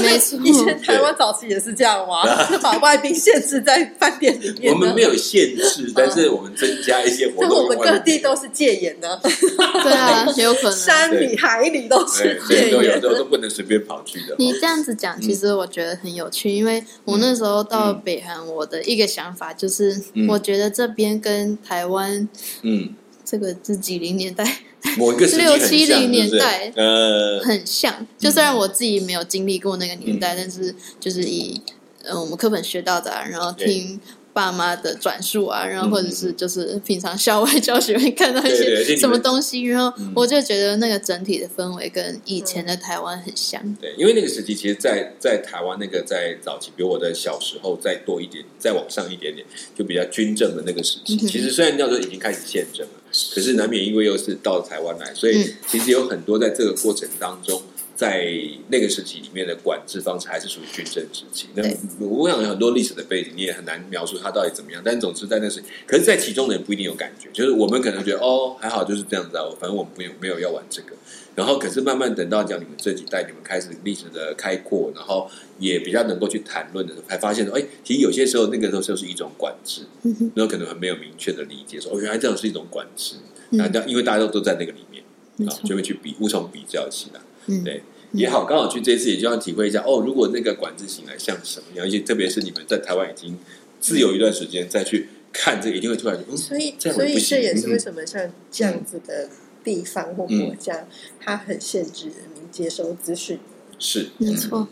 Speaker 3: 没错，
Speaker 2: 以前台湾早期也是这 样哇，就把外宾限制在饭店里面。
Speaker 1: 我们没，有限制，但是我们增加一些活
Speaker 2: 但
Speaker 1: 动。
Speaker 2: 我们各地都是戒严呢，
Speaker 3: 对啊，有可能。
Speaker 2: 山里海里都是戒
Speaker 1: 对都有，
Speaker 2: 严。
Speaker 1: 都都不能随便跑去的。
Speaker 3: 你这样子
Speaker 1: 嗯
Speaker 3: 讲，其实我觉得很有趣，因为我那时候到北韩，我的一个想法就是，
Speaker 1: 嗯
Speaker 3: 我觉得这边跟台湾
Speaker 1: 嗯，
Speaker 3: 这个是几零年代
Speaker 1: 某一个时期很像
Speaker 3: 六七零年代
Speaker 1: 是不是呃，
Speaker 3: 很像。就虽然我自己没有经历过那个年
Speaker 1: 嗯
Speaker 3: 代，但是就是以呃我们课本学到的、啊，然后听爸妈的转述啊，然后或者是就是平常校外教学会看到一
Speaker 1: 嗯对对而且你
Speaker 3: 些
Speaker 1: 们
Speaker 3: 什么东西，然后
Speaker 1: 嗯
Speaker 3: 我就觉得那个整体的氛围跟以前的台湾很像。
Speaker 1: 对，因为那个时期，其实在，在台湾那个在早期，比我的小时候再多一点，再往上一点点，就比较军政的那个时期。
Speaker 3: 嗯哼
Speaker 1: 其实虽然那时候已经开始宪政了，可是难免因为又是到台湾来，所以
Speaker 3: 嗯
Speaker 1: 其实有很多在这个过程当中，在那个时期里面的管制方式还是属于军政时期。那
Speaker 3: 对
Speaker 1: 我想有很多历史的背景，你也很难描述它到底怎么样。但总之在那时，可是，在其中的人不一定有感觉，就是我们可能觉得哦，还好就是这样子啊，反正我们不用没有要玩这个。然后可是慢慢等到讲你们这几代，你们开始历史的开阔，然后也比较能够去谈论的时候，才发现说，哎，其实有些时候那个时候就是一种管制，
Speaker 3: 嗯哼
Speaker 1: 然后可能很没有明确的理解，说哦，原来这样是一种管制，
Speaker 3: 嗯
Speaker 1: 那、嗯、因为大家都都在那个里面
Speaker 3: 没
Speaker 1: 啊
Speaker 3: 错，
Speaker 1: 就会去比无从比较起来。
Speaker 3: 嗯，
Speaker 1: 对，
Speaker 3: 嗯
Speaker 1: 也好，刚好去这一次也就要体会一下哦，如果那个管制醒来像什么样，而且特别是你们在台湾已经自由一段时间，再去看这个，一定会突然嗯，
Speaker 2: 所以，
Speaker 1: 这样
Speaker 2: 所
Speaker 1: 也不
Speaker 2: 以
Speaker 1: 行嗯
Speaker 2: 这也是为什么像这样子的地方或国家，它很限制人民接收资讯。
Speaker 1: 是嗯
Speaker 3: 没错，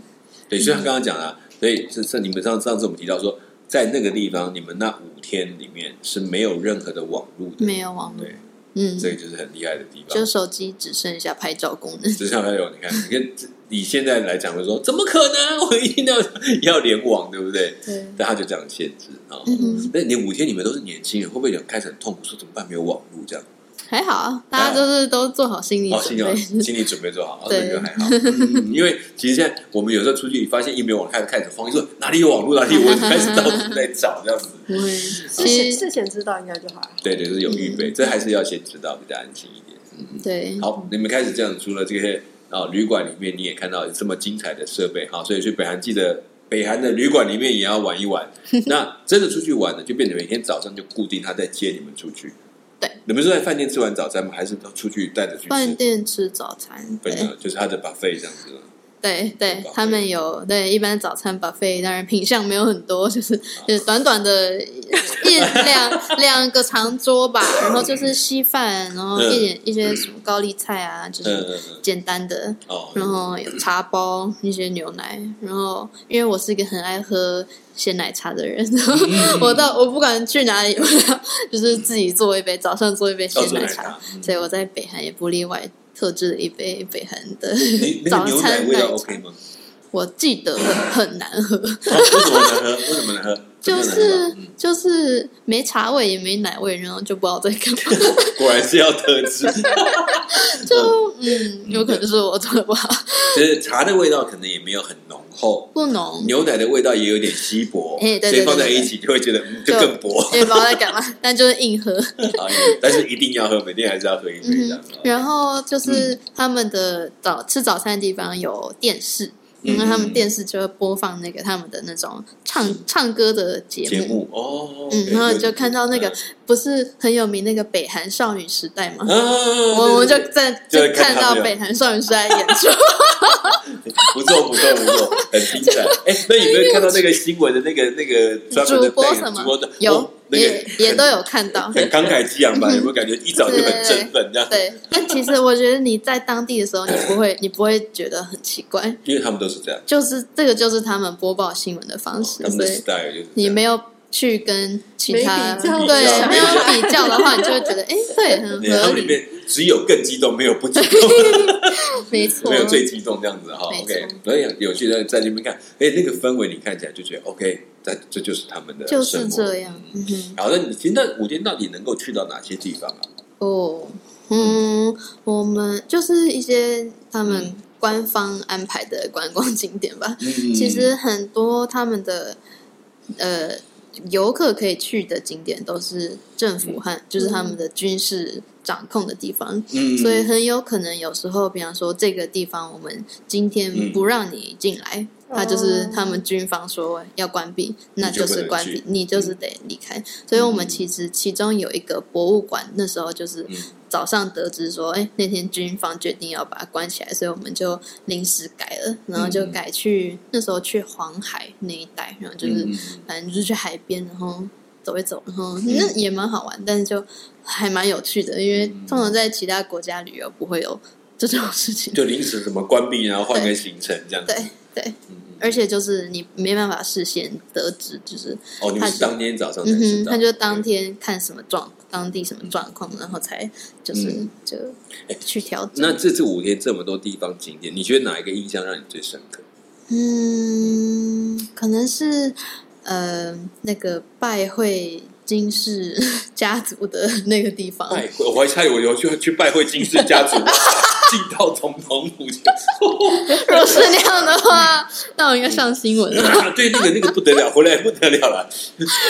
Speaker 1: 对，就像
Speaker 3: 嗯
Speaker 1: 刚刚讲了，所以这这你们上上次我们提到说，在那个地方，你们那五天里面是没有任何的网络的，
Speaker 3: 没有网络
Speaker 1: 对，，
Speaker 3: 嗯，
Speaker 1: 这个就是很厉害的地
Speaker 3: 就
Speaker 1: 方。
Speaker 3: 手机只剩下拍照功能。
Speaker 1: 就像还有你看， 你看这以现在来讲，就说怎么可能？我一定要要联网，对不对？
Speaker 3: 对，
Speaker 1: 但他就这样限制啊。
Speaker 3: 嗯哼，
Speaker 1: 那你五天你们都是年轻人，会不会有开始很痛苦？说怎么办？没有网络这样，
Speaker 3: 还好啊，大家就是都做好心理
Speaker 1: 哦，
Speaker 3: 准
Speaker 1: 哎心理
Speaker 3: 备。
Speaker 1: 心理准备做好，哦
Speaker 3: 对
Speaker 1: 那就还好。嗯因 为其实现在我们有时候出去，发现一没有网，开始开始慌，说哪里有网络，哪里有网络，开始到处在找这样子。
Speaker 3: 不会，
Speaker 1: 嗯
Speaker 2: 事前
Speaker 3: 其实
Speaker 2: 事前知道应该就好了。
Speaker 1: 对对，就是有预
Speaker 3: 嗯
Speaker 1: 备，这还是要先知道，比较安心一点。
Speaker 3: 对，
Speaker 1: 好，你们开始这样，除了这些啊、旅馆里面，你也看到有这么精彩的设备哈，所以去北韩记得北韩的旅馆里面也要玩一 玩。那真的出去玩呢，就变成每天早上就固定他在接你们出去。
Speaker 3: 对，
Speaker 1: 你们是在饭店吃完早餐吗？还是出去带着去吃？
Speaker 3: 饭店吃早餐，
Speaker 1: 对
Speaker 3: 对
Speaker 1: 啊，就是他的 buffet 这样子。
Speaker 3: 对对
Speaker 1: buffet，
Speaker 3: 他们有对一般早餐 buffet，当然品相没有很多，
Speaker 1: 嗯
Speaker 3: 就是就是短短的一 两两个长桌吧，然后就是稀饭，然后一点一些什么高丽菜啊，就
Speaker 1: 嗯
Speaker 3: 是
Speaker 1: 嗯嗯，
Speaker 3: 简单的，然
Speaker 1: 哦，
Speaker 3: 后有茶包一些牛奶，然后因为我是一个很爱喝鲜奶茶的人，然后
Speaker 1: 嗯
Speaker 3: 我到我不管去哪里，我 要就是自己做一杯，早上做一杯
Speaker 1: 到
Speaker 3: 鲜
Speaker 1: 时候来
Speaker 3: 茶
Speaker 1: 拿，。嗯
Speaker 3: 所以我在北韩也不例外，特制了一杯北韩的
Speaker 1: 你那
Speaker 3: 早
Speaker 1: 个牛奶
Speaker 3: 餐
Speaker 1: 味道
Speaker 3: 奶茶
Speaker 1: OK 吗？
Speaker 3: 我记得很难喝，
Speaker 1: 哦为什么难喝？为什么难喝？
Speaker 3: 就
Speaker 1: 真的难
Speaker 3: 是
Speaker 1: 喝嗯
Speaker 3: 就是没茶味也没奶味，然后就不知道在干嘛，
Speaker 1: 果然是要特制，
Speaker 3: 就嗯，有可能就是我做的不好，
Speaker 1: 就是茶的味道可能也没有很浓厚，
Speaker 3: 不浓，
Speaker 1: 牛奶的味道也有点稀薄，
Speaker 3: 哎对对
Speaker 1: 所以放在
Speaker 3: 对对
Speaker 1: 一起就会觉得嗯就更薄。
Speaker 3: 也不知道在干嘛，但就是硬喝。
Speaker 1: 啊但是一定要喝，每天还是要喝一杯这样
Speaker 3: 嗯
Speaker 1: 子。，
Speaker 3: 然后
Speaker 1: 嗯
Speaker 3: 就是他们的早吃早餐的地方有电视，
Speaker 1: 嗯
Speaker 3: 然后他们电视就会播放那个他们的那种唱唱歌的
Speaker 1: 节目哦，
Speaker 3: 嗯，然后你就看到那个
Speaker 1: 嗯
Speaker 3: 不是很有名那个北韩少女时代吗？
Speaker 1: 啊，
Speaker 3: 我我就
Speaker 1: 对对
Speaker 3: 在
Speaker 1: 就在看
Speaker 3: 看
Speaker 1: 他
Speaker 3: 到
Speaker 1: 们哦
Speaker 3: 北韩少女时代演 出，
Speaker 1: 不错不错不错，很精彩。哎，那有没有看到那个新闻的那个那个专门的
Speaker 3: 主播
Speaker 1: 代言
Speaker 3: 什么
Speaker 1: 主播的哦
Speaker 3: 有
Speaker 1: 那个
Speaker 3: 也也都有看到。
Speaker 1: 很慷慨激昂吧？有没有感觉一早就很振奋这样？
Speaker 3: 对，但其实我觉得你在当地的时候，你不会你不会觉得很奇怪，
Speaker 1: 因为他们都是这样，
Speaker 3: 就是这个就是他们播报新闻的方式，
Speaker 1: 哦他们的
Speaker 3: 所以
Speaker 1: style 就是这
Speaker 3: 你
Speaker 1: 样
Speaker 3: 没有去跟其他
Speaker 2: 没比较
Speaker 3: 对
Speaker 1: 没
Speaker 3: 没有
Speaker 1: 比较
Speaker 3: 比较的话，你就会觉得哎，对，很
Speaker 1: 对他
Speaker 3: 合
Speaker 1: 们里
Speaker 3: 理，
Speaker 1: 面只有更激动，没有不激动，
Speaker 3: 没错
Speaker 1: 没，有最激动这样子哈。
Speaker 3: 哦没错
Speaker 1: OK，所以有趣的在那边看，哎，那个氛围你看起来就觉得 OK，那这就是他们的
Speaker 3: 就
Speaker 1: 生
Speaker 3: 是
Speaker 1: 活
Speaker 3: 这样。嗯哼。
Speaker 1: 然后，那你现在五天到底能够去到哪些地方啊？
Speaker 3: 哦，嗯，我们就是一些他们官方安排的观光景点吧。
Speaker 1: 嗯
Speaker 3: 其实很多他们的呃游客可以去的景点都是政府和就是他们的军事掌控的地方，
Speaker 1: 嗯
Speaker 3: 所以很有可能有时候，比方说这个地方我们今天不让你进来，
Speaker 2: 嗯
Speaker 3: 他就是他们军方说要关闭，
Speaker 1: 嗯
Speaker 3: 那就是关
Speaker 1: 你就
Speaker 3: 闭，你就是得离开。所以我们其实其中有一个博物馆，那时候就是
Speaker 1: 嗯
Speaker 3: 早上得知说，哎，那天军方决定要把它关起来，所以我们就临时改了，然后就
Speaker 1: 嗯
Speaker 3: 改去那时候去黄海那一带，然后就是
Speaker 1: 嗯
Speaker 3: 反正就是去海边，然后走一走，然后那也蛮好玩，但是就还蛮有趣的，因为
Speaker 1: 嗯
Speaker 3: 通常在其他国家旅游不会有 这种事情。
Speaker 1: 就临时什么关闭，然后换个行程这样子。
Speaker 3: 对对，
Speaker 1: 嗯嗯
Speaker 3: 而且就是你没办法事先得知，就是
Speaker 1: 哦，你们是
Speaker 3: 他就
Speaker 1: 当天早上才
Speaker 3: 嗯
Speaker 1: 知
Speaker 3: 哼，
Speaker 1: 道。
Speaker 3: 他就当天看什么状，当地什么状况，然后才就是、
Speaker 1: 嗯
Speaker 3: 就去调整。
Speaker 1: 那这次五天这么多地方景点，你觉得哪一个印象让你最深刻？
Speaker 3: 嗯，可能是呃那个拜会金氏 家族的那个地方，
Speaker 1: 拜哎会，我还差点我有去去拜会金氏家 族，进到总统府去。
Speaker 3: 如果是那样的话，那我应该上新闻了。
Speaker 1: 对，那个那个不得了，回来不得了了。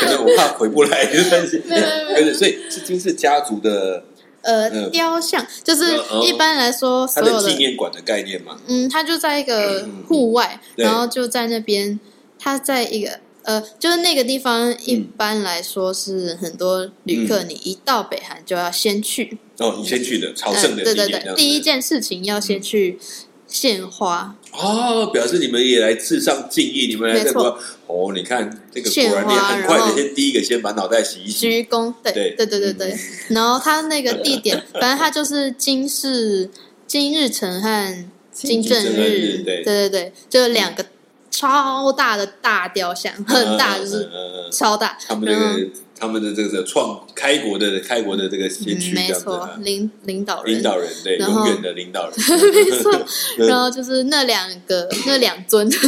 Speaker 1: 可能我怕回不来，但是
Speaker 3: 没有没有没有
Speaker 1: 而且所以是金氏家族的
Speaker 3: 呃，
Speaker 1: 嗯
Speaker 3: 雕像就是
Speaker 1: 嗯哦
Speaker 3: 一般来说
Speaker 1: 它
Speaker 3: 所有
Speaker 1: 的纪
Speaker 3: 的，
Speaker 1: 念馆的概念嘛。
Speaker 3: 嗯，它就在一个户外，
Speaker 1: 对
Speaker 3: 然后就在那边，它在一个。呃，就是那个地方，一般来说是很多旅
Speaker 1: 嗯
Speaker 3: 客，你一到北韩就要先去，
Speaker 1: 哦，你先去的朝
Speaker 3: 嗯，
Speaker 1: 圣的
Speaker 3: 对对
Speaker 1: 地点这
Speaker 3: 对，
Speaker 1: 样子
Speaker 3: 第一件事情要先去献花，
Speaker 1: 哦，表示你们也来致上敬意，你们来
Speaker 3: 没
Speaker 1: 这
Speaker 3: 错
Speaker 1: 个哦，你看这个
Speaker 3: 献
Speaker 1: 果然你
Speaker 3: 花
Speaker 1: 很快
Speaker 3: 然
Speaker 1: 的，
Speaker 3: 后
Speaker 1: 先第一个先把脑袋洗一洗，
Speaker 3: 鞠躬，对
Speaker 1: 对
Speaker 3: 对对对对。然后它那个地点，反正它就是金氏、金日成和金正
Speaker 1: 金正日对
Speaker 3: 对对对，就两个超大的大雕像，很大，
Speaker 1: 嗯
Speaker 3: 就是
Speaker 1: 嗯
Speaker 3: 嗯
Speaker 1: 嗯嗯
Speaker 3: 超大。
Speaker 1: 他们这
Speaker 3: 然
Speaker 1: 个他们的这个创开国的开国的这个先
Speaker 3: 嗯，
Speaker 1: 驱这
Speaker 3: 没
Speaker 1: 样子
Speaker 3: 错
Speaker 1: 啊，，
Speaker 3: 领领导人
Speaker 1: 领，导人对，
Speaker 3: 然后
Speaker 1: 永远的领导人，
Speaker 3: 没错。
Speaker 1: 嗯
Speaker 3: 然后就是那两个那两尊，就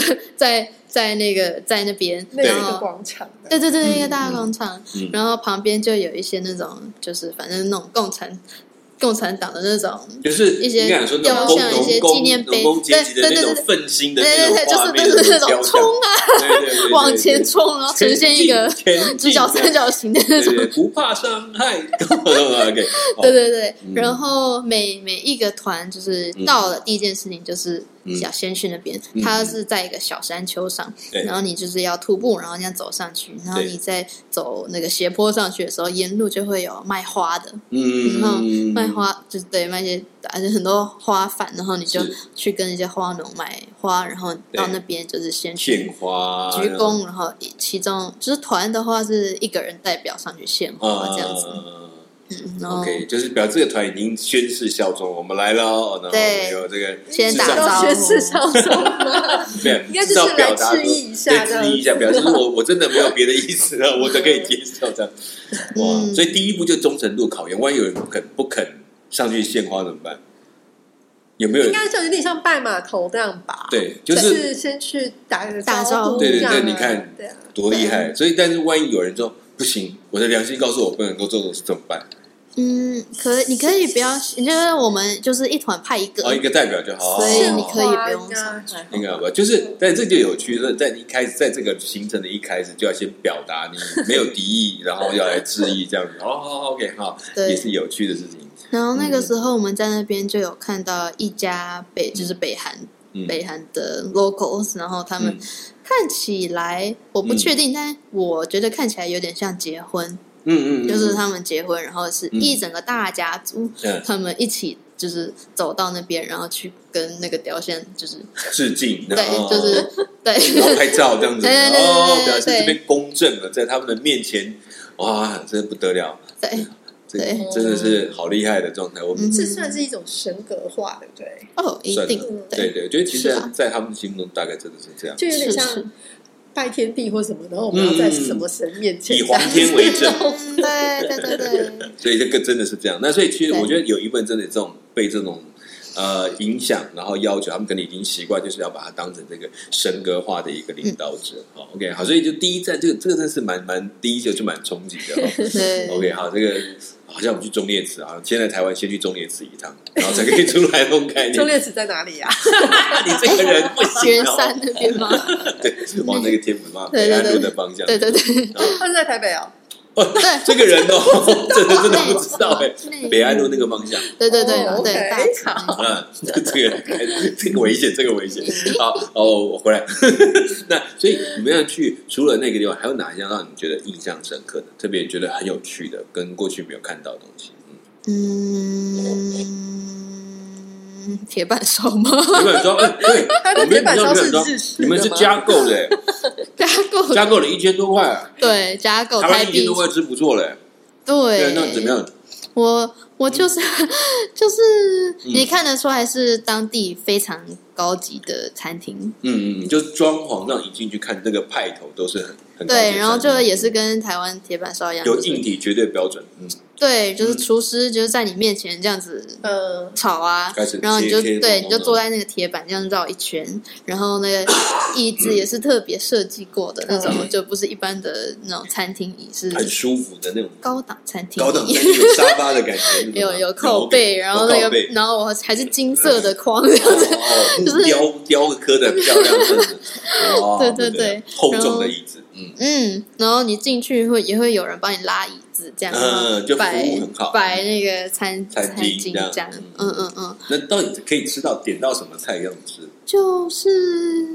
Speaker 3: 是在在那个在那边，
Speaker 2: 那是
Speaker 3: 然
Speaker 2: 一个
Speaker 3: 后。
Speaker 2: 广场的，
Speaker 3: 对对对，
Speaker 1: 嗯
Speaker 3: 一个大广场，
Speaker 1: 嗯
Speaker 3: 然后旁边就有一些那种，就是反正那种共产共产党的那种
Speaker 1: 就是
Speaker 3: 一些
Speaker 1: 应该讲说那种
Speaker 3: 雕像
Speaker 1: 工
Speaker 3: 一些
Speaker 1: 农工
Speaker 3: 纪念碑
Speaker 1: 农工阶级的那
Speaker 3: 对对对
Speaker 1: 种
Speaker 3: 对对
Speaker 1: 愤青的
Speaker 3: 对
Speaker 1: 那
Speaker 3: 对对，
Speaker 1: 种
Speaker 3: 就
Speaker 1: 画
Speaker 3: 是
Speaker 1: 面，
Speaker 3: 就是那种
Speaker 1: 雕像
Speaker 3: 冲啊，
Speaker 1: 对对对对对
Speaker 3: 往前冲，然后呈现一个
Speaker 1: 前进
Speaker 3: 直角
Speaker 1: 前进
Speaker 3: 三角形的 那
Speaker 1: 对
Speaker 3: 种
Speaker 1: 对，对不怕伤 害，OK，哦
Speaker 3: 对对对
Speaker 1: 嗯。
Speaker 3: 然后每每一个团就是到了第一件事情就是小仙去那边，
Speaker 1: 嗯
Speaker 3: 它是在一个小山丘上，
Speaker 1: 对
Speaker 3: 然后你就是要徒步，然后这样走上去，然后
Speaker 1: 对
Speaker 3: 你在走那个斜坡上去的时候，沿路就会有卖花的，
Speaker 1: 嗯，
Speaker 3: 卖花就是对卖一些，而且很多花贩，然后你就是去跟一些花农买花，然后到那边就是先
Speaker 1: 献
Speaker 3: 去
Speaker 1: 花，
Speaker 3: 鞠躬，然后其中就是团的话是一个人代表上去献花
Speaker 1: 啊，
Speaker 3: 这样子，嗯，然后
Speaker 1: OK，就是表示这个团已经宣誓效忠，我们来了哦，然后
Speaker 3: 对
Speaker 1: 有这个
Speaker 3: 先
Speaker 1: 至
Speaker 3: 打
Speaker 1: 少
Speaker 3: 招呼
Speaker 2: 宣誓上手吗？
Speaker 1: 对，
Speaker 2: 应该
Speaker 1: 至
Speaker 2: 就
Speaker 1: 少
Speaker 2: 是
Speaker 1: 表
Speaker 2: 来
Speaker 1: 达
Speaker 2: 致
Speaker 1: 说
Speaker 2: 意一下
Speaker 1: 对
Speaker 2: 这样
Speaker 1: 致意一下，表示我我真的没有别的意思 了，我都可以接受这样。哇，
Speaker 3: 嗯
Speaker 1: 所以第一步就忠诚度考验，万一有人不肯不肯上去献花怎么办？有没有
Speaker 2: 应？该就有点像拜码头这样吧？，
Speaker 1: 对，就
Speaker 2: 就是先去打个
Speaker 3: 打招呼
Speaker 2: 呼
Speaker 3: 对
Speaker 1: 对
Speaker 2: 这
Speaker 1: 对
Speaker 2: 样啊，
Speaker 1: 你看
Speaker 2: 对啊，
Speaker 1: 多厉害。所以，但是万一有人说不行，我的良心告诉我不能够做这种事怎么办？
Speaker 3: 嗯，可你可以不要，就是我们就是一团派一个
Speaker 1: 哦，，一个代表就好。
Speaker 3: 所以你可以不用
Speaker 2: 花应
Speaker 3: 上
Speaker 2: 该还好
Speaker 1: 应该吧，就是，但这就有趣了。在一开始，在这个行程的一开始，就要先表达你没有敌意，然后要来致意这样子。哦，好好，OK，好，
Speaker 3: 对
Speaker 1: 也是有趣的事情。
Speaker 3: 然后那个时候我们在那边就有看到一家北，就是北韩、
Speaker 1: 嗯
Speaker 3: 北韩的 locals，然后他们
Speaker 1: 嗯
Speaker 3: 看起来、我不确定，但我觉得看起来有点像结婚，
Speaker 1: 嗯嗯，嗯
Speaker 3: 就是他们结婚，然后是
Speaker 1: 嗯
Speaker 3: 一整个大家族，
Speaker 1: 嗯
Speaker 3: 他们一起就是走到那边，然后去跟那个雕像，就是
Speaker 1: 致敬，然
Speaker 3: 对，
Speaker 1: 后
Speaker 3: 就是
Speaker 1: 然后
Speaker 3: 对。
Speaker 1: 拍照这样子，
Speaker 3: 对对对对
Speaker 1: 哦，
Speaker 3: 对
Speaker 1: 表示
Speaker 3: 对
Speaker 1: 这边公正了，在他们的面前，哇，真不得了，
Speaker 3: 对嗯
Speaker 1: 这
Speaker 3: 对
Speaker 1: 真的是好厉害的状态。我们
Speaker 3: 嗯
Speaker 2: 这算是一种神格化，对不对？
Speaker 3: 哦，一
Speaker 1: 算
Speaker 3: 定
Speaker 1: 了
Speaker 3: 对
Speaker 1: 对对，觉得其实
Speaker 3: 是啊，
Speaker 1: 在他们心目中大概真的是这样，
Speaker 2: 就有点
Speaker 3: 是是
Speaker 2: 像拜天地或什么，然后我们要在什么神面前
Speaker 1: 以皇嗯天为 证，
Speaker 3: 嗯对对对对，
Speaker 1: 所以这个真的是这样。那所以其实
Speaker 3: 对
Speaker 1: 我觉得有一部分真的这种被这种。呃，影响，然后要求他们可能已经习惯，就是要把它当成这个神格化的一个
Speaker 3: 嗯
Speaker 1: 领导者。好，OK，好，所以就第一站，这个这个真的是蛮蛮第一就就蛮憧憬的、哦。
Speaker 3: 对
Speaker 1: OK，好，这个好像我们去中烈祠啊，先在台湾先去中烈祠一趟，然后才可以出来那种概 念。啊
Speaker 2: 中烈祠哎在哪里呀？啊
Speaker 1: 你这个人不行
Speaker 3: 元
Speaker 1: 哦，
Speaker 3: 山那边吗？
Speaker 1: 对，往那个天母嘛，
Speaker 3: 对
Speaker 1: 北
Speaker 3: 对对
Speaker 1: 安路的方向。
Speaker 3: 对对对
Speaker 2: 他是在台北哦，
Speaker 3: 对，
Speaker 1: 这个人 哦， 真的真的不知道哎
Speaker 3: 那，
Speaker 1: 北安路那个方向，
Speaker 3: 对对对
Speaker 2: 哦
Speaker 3: 对，
Speaker 2: OK
Speaker 3: 大厂
Speaker 1: 嗯，这个这个危险，这个危 险。好，哦，我回来。 那所以你们要去，除了那个地方，还有哪一项让你觉得印象深刻的，特别觉得很有趣的，跟过去没有看到的东西？
Speaker 3: 嗯，铁板烧吗？
Speaker 1: 你们说，哎对，
Speaker 2: 他
Speaker 1: 我
Speaker 2: 的
Speaker 1: 们
Speaker 2: 铁板烧
Speaker 1: 你
Speaker 2: 是
Speaker 1: 们说
Speaker 2: 日式
Speaker 1: 你
Speaker 2: 的
Speaker 1: 们是
Speaker 2: 吗？
Speaker 1: 加购的欸。
Speaker 3: 加 购
Speaker 1: 加购了一千多块，
Speaker 3: 对加购
Speaker 1: 台
Speaker 3: 台
Speaker 1: 湾一千
Speaker 3: 哦币
Speaker 1: 多块吃不错嘞。对，那怎么
Speaker 3: 对，
Speaker 1: 样？
Speaker 3: 我我就是就是
Speaker 1: 嗯
Speaker 3: 你看得出来是当地非常高级的餐厅，
Speaker 1: 嗯嗯，就是装潢让你进去看，那个派头都是很很高级的
Speaker 3: 对，然后
Speaker 1: 餐
Speaker 3: 就
Speaker 1: 厅
Speaker 3: 也是跟台湾铁板烧一样，
Speaker 1: 有
Speaker 3: 就是
Speaker 1: 硬体绝对标准，嗯，
Speaker 3: 对，就是
Speaker 1: 嗯
Speaker 3: 厨师就是在你面前这样子
Speaker 2: 嗯，
Speaker 3: 炒啊
Speaker 1: 开始，
Speaker 3: 然后你就
Speaker 1: 切切
Speaker 3: 对，
Speaker 1: 弄弄
Speaker 3: 你就坐在那个铁板这样绕一圈，然后那个椅子也是特别设计过的那种，
Speaker 1: 嗯
Speaker 3: 就不是一般的那种餐厅椅，是
Speaker 1: 很舒服的那种
Speaker 3: 高档餐厅
Speaker 1: 高档
Speaker 3: 椅，
Speaker 1: 餐厅有沙发的感觉，
Speaker 3: 有有
Speaker 1: 靠
Speaker 3: 靠背，然后那个， 然后我还是金色的框 这样子，
Speaker 1: 就是雕雕刻的漂亮这样 子，哦
Speaker 3: 对对对
Speaker 1: 厚
Speaker 3: 然后
Speaker 1: 重的椅子，嗯，
Speaker 3: 嗯，然后你进去会也会有人帮你拉椅子这
Speaker 1: 嗯
Speaker 3: 样，然后
Speaker 1: 就服务
Speaker 3: 摆
Speaker 1: 很好
Speaker 3: 摆那个餐
Speaker 1: 餐
Speaker 3: 餐
Speaker 1: 巾
Speaker 3: 巾
Speaker 1: 这样
Speaker 3: 这样
Speaker 1: 嗯，
Speaker 3: 嗯嗯嗯。
Speaker 1: 那到底可以吃到点到什么菜样子？
Speaker 3: 就是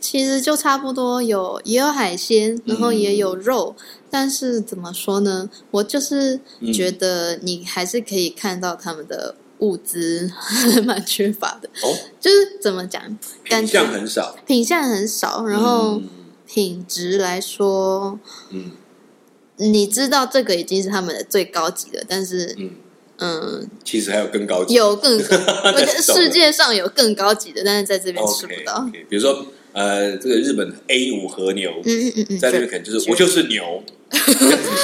Speaker 3: 其实就差不多有也有海鲜，然后也有肉，但是怎么说呢？我就是
Speaker 1: 嗯
Speaker 3: 觉得你还是可以看到他们的物资 蛮缺乏的，
Speaker 1: 哦，
Speaker 3: 就是怎么讲，感
Speaker 1: 品
Speaker 3: 觉
Speaker 1: 相很少，
Speaker 3: 品相很少，然后
Speaker 1: 嗯
Speaker 3: 品质来说。
Speaker 1: 嗯
Speaker 3: 你知道这个已经是他们的最高级的，但是，
Speaker 1: 嗯，
Speaker 3: 嗯，
Speaker 1: 其实还有更高级的
Speaker 3: 有更高，我觉得
Speaker 1: 懂了
Speaker 3: 世界上有更高级的，但是在这边
Speaker 1: o
Speaker 3: 吃不到。
Speaker 1: k 比如说，呃，这个日本 A 五和牛，
Speaker 3: 嗯嗯嗯嗯，
Speaker 1: 在那
Speaker 3: 对
Speaker 1: 边可能就是我就是 牛，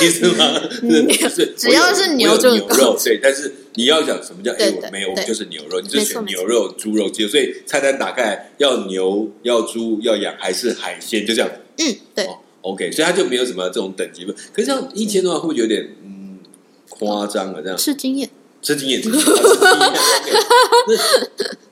Speaker 1: 意思吗？是，
Speaker 3: 嗯只要是牛就
Speaker 1: 我
Speaker 3: 很
Speaker 1: 有牛肉，对。但是你要讲什么叫 A
Speaker 3: 对
Speaker 1: 五
Speaker 3: 对
Speaker 1: 没有，我
Speaker 3: 对
Speaker 1: 就是牛肉，你就
Speaker 3: 没错
Speaker 1: 选
Speaker 3: 没
Speaker 1: 牛肉、猪肉鸡，所以菜单打开要牛、要猪、要羊还是海鲜，就这样。
Speaker 3: 嗯，对，
Speaker 1: 哦 OK，所以它就没有什么这种等级分。可是像一千多万会不会有点嗯夸张啊了？这样
Speaker 3: 是经验。
Speaker 1: 吃经验，吃经验。OK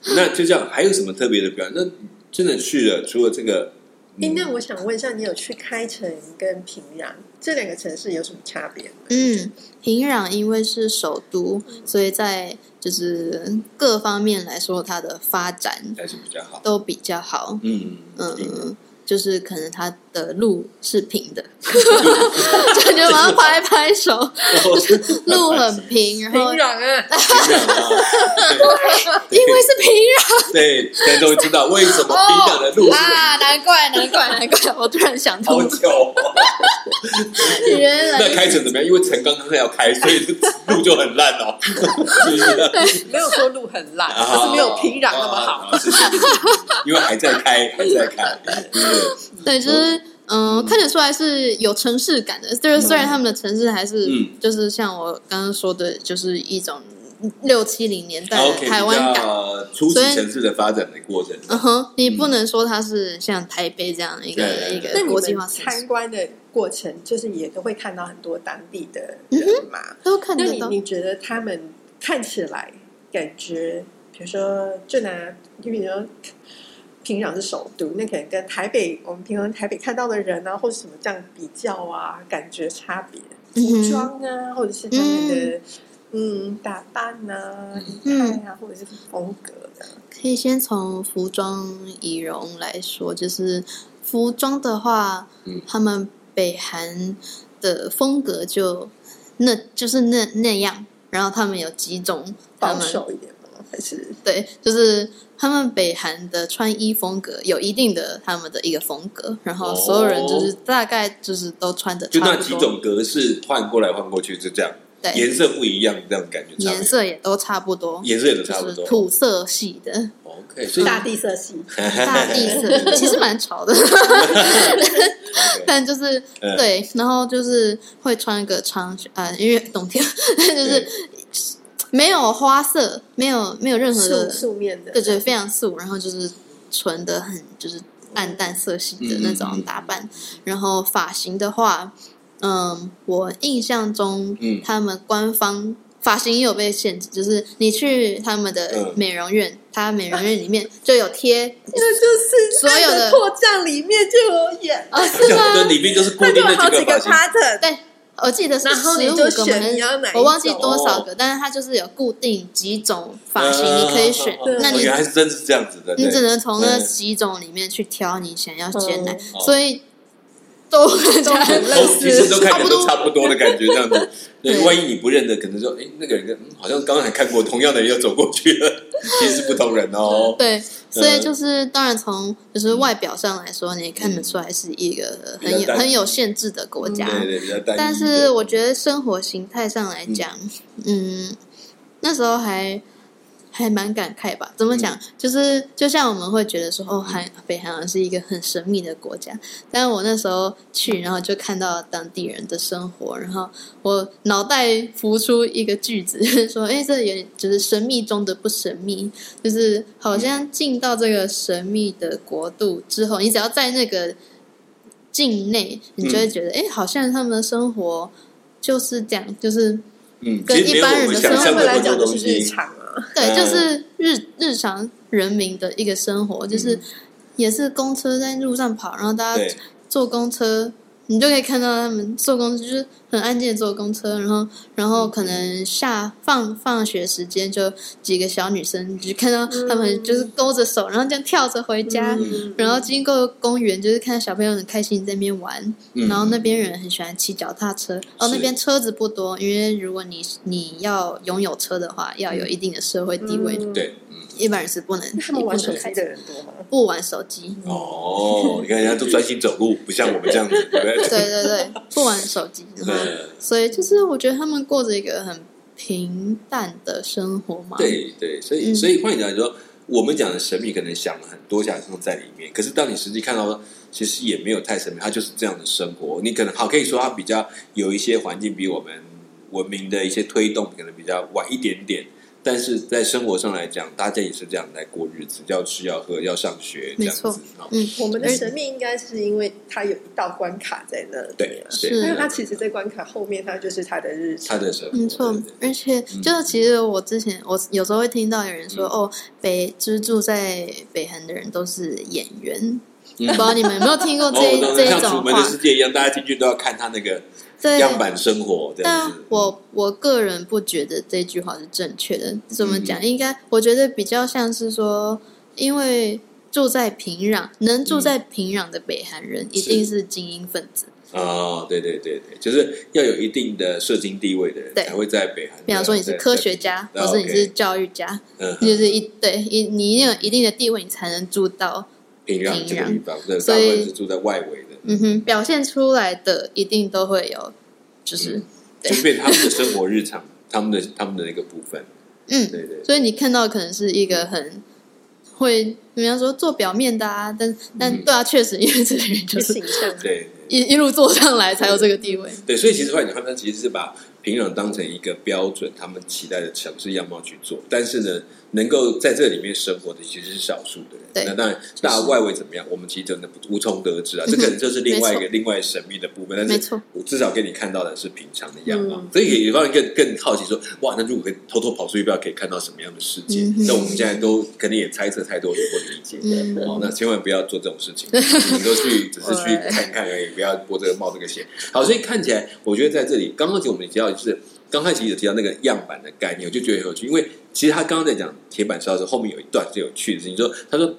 Speaker 1: 那那就这样，还有什么特别的表演？那真的去了，除了这个嗯
Speaker 2: 哎、那我想问一下，你有去开城跟平壤这两个城市有什么差别吗？
Speaker 3: 嗯，平壤因为是首都，所以在就是各方面来说，它的发展
Speaker 1: 还是比较好。
Speaker 3: 都比较好。
Speaker 1: 嗯
Speaker 3: 嗯，
Speaker 1: 嗯
Speaker 3: 嗯，就是可能它的路是平的， 就就马上拍拍手，路很平，然
Speaker 2: 平
Speaker 3: 后因为
Speaker 2: 壤啊，
Speaker 3: 是平壤
Speaker 1: 对，大家都知道为什么冰岛的路
Speaker 3: 哦
Speaker 1: 是
Speaker 3: 啊，难怪难怪难怪，我突然想
Speaker 1: 好
Speaker 3: 通，
Speaker 1: 久。
Speaker 3: 原
Speaker 1: 那
Speaker 3: 来
Speaker 1: 开城怎么样？因为城刚刚要开，所以路就很烂 哦，是不是？
Speaker 2: 没有说路很烂，但是没有平壤那么好。
Speaker 1: 好，啊是是是因为还在开，还在开， 对
Speaker 3: 对，就是。嗯，看得出来是有城市感的，就是虽然他们的城市还是，
Speaker 1: 嗯
Speaker 3: 就是像我刚刚说的，就是一种六七零年代的
Speaker 1: 哦，OK，
Speaker 3: 台湾感，
Speaker 1: 初级城市的发展的过程，
Speaker 3: 嗯哼，你不能说它是像台北这样的一个
Speaker 1: 对
Speaker 3: 一个
Speaker 2: 那你
Speaker 3: 国际化
Speaker 2: 们
Speaker 3: 城市，
Speaker 2: 参观的过程，就是也都会看到很多当地的人嘛？
Speaker 3: 都看
Speaker 2: 那
Speaker 3: 得
Speaker 2: 你
Speaker 3: 到。
Speaker 2: 你觉得他们看起来感觉，比如说，就拿就比如说平壤是首都，那可能跟台北我们平常台北看到的人啊，或者什么这样比较啊，感觉差别，
Speaker 3: 嗯哼
Speaker 2: 服装啊，或者是他们的嗯打扮啊、仪态啊，或者是风格的。
Speaker 3: 可以先从服装仪容来说，就是服装的话，
Speaker 1: 嗯
Speaker 3: 他们北韩的风格就那就是那那样，然后他们有几种，他
Speaker 2: 保
Speaker 3: 们
Speaker 2: 守一点吗？还是
Speaker 3: 对，就是他们北韩的穿衣风格有一定的他们的一个风格，然后所有人就是大概就是都穿的
Speaker 1: 哦就
Speaker 3: 差
Speaker 1: 那
Speaker 3: 不
Speaker 1: 几
Speaker 3: 多，
Speaker 1: 种格式换过来换过去，就这样，
Speaker 3: 对，
Speaker 1: 颜色不一样，这样感觉差不多，
Speaker 3: 颜色也都差不多，
Speaker 1: 颜色也都差
Speaker 3: 就
Speaker 1: 不
Speaker 3: 是
Speaker 1: 多
Speaker 3: 土色系的，
Speaker 1: ，OK，所以
Speaker 2: 大地色系？
Speaker 3: 大地 色，其实蛮潮的，但就是
Speaker 1: 嗯
Speaker 3: 对，然后就是会穿一个长裙，啊，因为冬天 就是没有花色，没有没有任何
Speaker 2: 素
Speaker 3: 的，
Speaker 2: 素面的，
Speaker 3: 对对，非常素，然后就是纯的很就是暗淡色系的那
Speaker 1: 嗯
Speaker 3: 种打扮，然后发型的话，嗯，我印象中，
Speaker 1: 嗯
Speaker 3: 他们官方。发型也有被限制，就是你去他们的
Speaker 1: 嗯
Speaker 3: 美容院，他美容院里面就有贴
Speaker 2: 那就是
Speaker 3: 所有
Speaker 2: 那个
Speaker 3: 的
Speaker 2: 迫降里面就有演，
Speaker 3: 哦，是 吗？
Speaker 1: 那里面就是固
Speaker 2: 它
Speaker 1: 定
Speaker 2: 就有
Speaker 1: 的
Speaker 2: 好
Speaker 1: 个
Speaker 2: 几
Speaker 1: 发
Speaker 2: 个
Speaker 1: 型，
Speaker 2: pattern，
Speaker 3: 对，我记得是
Speaker 2: 然后你
Speaker 3: 十五
Speaker 2: 就
Speaker 3: 个
Speaker 2: 选你
Speaker 3: 吗？
Speaker 2: 要哪一种
Speaker 3: 我忘记多少个，
Speaker 1: 哦
Speaker 3: 但是它就是有固定几种发型，你可以选
Speaker 1: 嗯嗯嗯。
Speaker 3: 那
Speaker 1: 嗯
Speaker 3: 你
Speaker 1: 原来是真是这样子的，
Speaker 3: 你
Speaker 1: 对
Speaker 3: 只能从那
Speaker 1: 嗯
Speaker 3: 几种里面去挑你想要剪哪，
Speaker 1: 哦
Speaker 3: 所以都很
Speaker 2: 嗯都很类
Speaker 1: 哦，
Speaker 2: 似
Speaker 1: 其实都看起来都
Speaker 3: 差
Speaker 1: 差不多的感觉，这样 子。对，
Speaker 3: 对
Speaker 1: 万一你不认得，可能说，哎，那个人跟、嗯好像刚才看过，同样的人又走过去 了，其实是不同人哦。
Speaker 3: 对，所以就是当然从就是外表上来说，你也看得出来是一个
Speaker 1: 比
Speaker 3: 很
Speaker 1: 较
Speaker 3: 有
Speaker 1: 单
Speaker 3: 很有限制的国家。
Speaker 2: 嗯
Speaker 1: 对对，比较单一一点。
Speaker 3: 但是我觉得生活形态上来讲，嗯那时候还还蛮感慨吧。怎么讲？
Speaker 1: 嗯
Speaker 3: 就是就像我们会觉得说，哦，韩北韩好像是一个很神秘的国家，但我那时候去，然后就看到当地人的生活，然后我脑袋浮出一个句子，就是说，哎，这有点就是神秘中的不神秘，就是好像进到这个神秘的国度之后，你只要在那个境内，你就会觉得，哎、好像他们的生活就是这样，就是
Speaker 1: 嗯，
Speaker 3: 跟
Speaker 1: 其实没有
Speaker 3: 一般人
Speaker 1: 我
Speaker 3: 的
Speaker 1: 们
Speaker 3: 生
Speaker 1: 想象
Speaker 2: 对
Speaker 3: 活
Speaker 2: 他们来
Speaker 1: 的多
Speaker 2: 讲就是
Speaker 1: 东
Speaker 2: 日
Speaker 1: 西。
Speaker 2: 常啊，
Speaker 3: 对，
Speaker 1: 嗯
Speaker 3: 就是日日常人民的一个生活，就是也是公车在路上跑，然后大家
Speaker 1: 对，
Speaker 3: 坐公车，你就可以看到他们坐公车就是很安静的坐公车，然后然后可能下放放学时间就几个小女生，你就看到他们
Speaker 2: 嗯
Speaker 3: 就是勾着手，然后这样跳着回家，
Speaker 2: 嗯
Speaker 3: 然后经过公园，就是看到小朋友很开心在那边玩，
Speaker 1: 嗯
Speaker 3: 然后那边人很喜欢骑脚踏车。哦，
Speaker 1: 是
Speaker 3: 那边车子不多，因为如果你你要拥有车的话，要有一定的社会地位，
Speaker 2: 嗯，
Speaker 1: 对，嗯，
Speaker 3: 一般人是不能。
Speaker 2: 那他们玩手
Speaker 3: 也不能开
Speaker 2: 机
Speaker 3: 车
Speaker 2: 的人多吗？
Speaker 3: 不玩手机，
Speaker 1: 哦，你看人家都专心走路，不像我们这样子，对嗯不
Speaker 3: 对
Speaker 1: 对？
Speaker 3: 对对，不玩手机。然后，
Speaker 1: 对
Speaker 3: 所以就是我觉得他们过着一个很平淡的生活嘛。，
Speaker 1: 对对，所以
Speaker 3: 嗯
Speaker 1: 所以换句话说，我们讲的神秘可能想了很多想象在里面，可是当你实际看到，其实也没有太神秘，它就是这样的生活。你可能好可以说它比较有一些环境比我们文明的一些推动可能比较晚一点点。但是在生活上来讲，大家也是这样来过日子，要吃要喝要上学这
Speaker 3: 没
Speaker 1: 样
Speaker 3: 错
Speaker 1: 子。哦
Speaker 3: 嗯，
Speaker 2: 我们的神秘应该是因为它有一道关卡在那里，
Speaker 1: 对，
Speaker 3: 是
Speaker 2: 但
Speaker 1: 对，
Speaker 2: 是它其实这关卡后面，它就是它的日
Speaker 1: 他
Speaker 2: 常。
Speaker 1: 的生活，
Speaker 3: 没错
Speaker 1: 对对，嗯
Speaker 3: 而且就是其实我之前我有时候会听到有人说，哦，北就是住在北韩的人都是演员，
Speaker 1: 嗯
Speaker 3: 不知道你们有没有听过
Speaker 1: 哦，
Speaker 3: 这
Speaker 1: 我
Speaker 3: 一
Speaker 1: 懂
Speaker 3: 这
Speaker 1: 了，
Speaker 3: 一
Speaker 1: 像《楚
Speaker 3: 种
Speaker 1: 门的
Speaker 3: 话？
Speaker 1: 世界》一样，大家进去都要看他那个
Speaker 3: 对，
Speaker 1: 样板生活这样
Speaker 3: 但
Speaker 1: 子。
Speaker 3: 我我个人不觉得这句话是正确的。怎么
Speaker 1: 嗯
Speaker 3: 讲？应该我觉得比较像是说，因为住在平壤，能
Speaker 1: 嗯
Speaker 3: 住在平壤的北韩人一定是精英分子。
Speaker 1: 哦，对对对对，就是要有一定的社经地位的人
Speaker 3: 对
Speaker 1: 才会在北韩的。
Speaker 3: 比方说你是
Speaker 1: 在
Speaker 3: 科学，家，
Speaker 1: 对
Speaker 3: 或是你
Speaker 1: 啊
Speaker 3: 是
Speaker 1: ，OK
Speaker 3: 教育家，
Speaker 1: 在嗯，
Speaker 3: 就是一对一，你一定有一定的地位，你才能住到。
Speaker 1: 平壤这个地方，对，大
Speaker 3: 所
Speaker 1: 部
Speaker 3: 以
Speaker 1: 分是住在外围的，
Speaker 3: 嗯哼，表现出来的一定都会有，就是对
Speaker 1: 就是变嗯成他们的生活日常，他们的他们的那个部分。
Speaker 3: 嗯
Speaker 1: 对对，
Speaker 3: 所以你看到可能是一个很会，人家说做表面的啊，但
Speaker 1: 嗯
Speaker 3: 但对啊，确实因为这个人
Speaker 2: 去
Speaker 3: 就 是
Speaker 2: 形象。
Speaker 1: 对
Speaker 3: 一一路做上来才有这个地位。
Speaker 1: 对，所以其实换句话说，其实是把平壤当成一个标准，他们期待的城市样貌去做。但是呢，能够在这里面生活的其实是少数的人。
Speaker 3: 对
Speaker 1: 那当然，大外围怎么样，我们其实真的不无从得知啊。这可能就是另外一个
Speaker 3: 没
Speaker 1: 另外神秘的部分。但
Speaker 3: 没
Speaker 1: 是
Speaker 3: 错，
Speaker 1: 我至少给你看到的是平常的样貌。
Speaker 2: 嗯
Speaker 1: 所以也让人更更好奇说，哇，那如果可以偷偷跑出去，不知道可以看到什么样的世界
Speaker 3: 嗯？哼
Speaker 1: 那、我们现在都肯定也猜测太多，也不理解。
Speaker 3: 嗯
Speaker 1: 哦，那千万不要做这种事情， 你们都去只是去看看而已，不要拨这个冒这个险。好，所以看起来，我觉得在这里，刚刚其实我们也提到，就是刚开始有提到那个样板的概念，我就觉得很有趣，因为其实他刚刚在讲铁板烧的时候，后面有一段是有趣的事情，说他说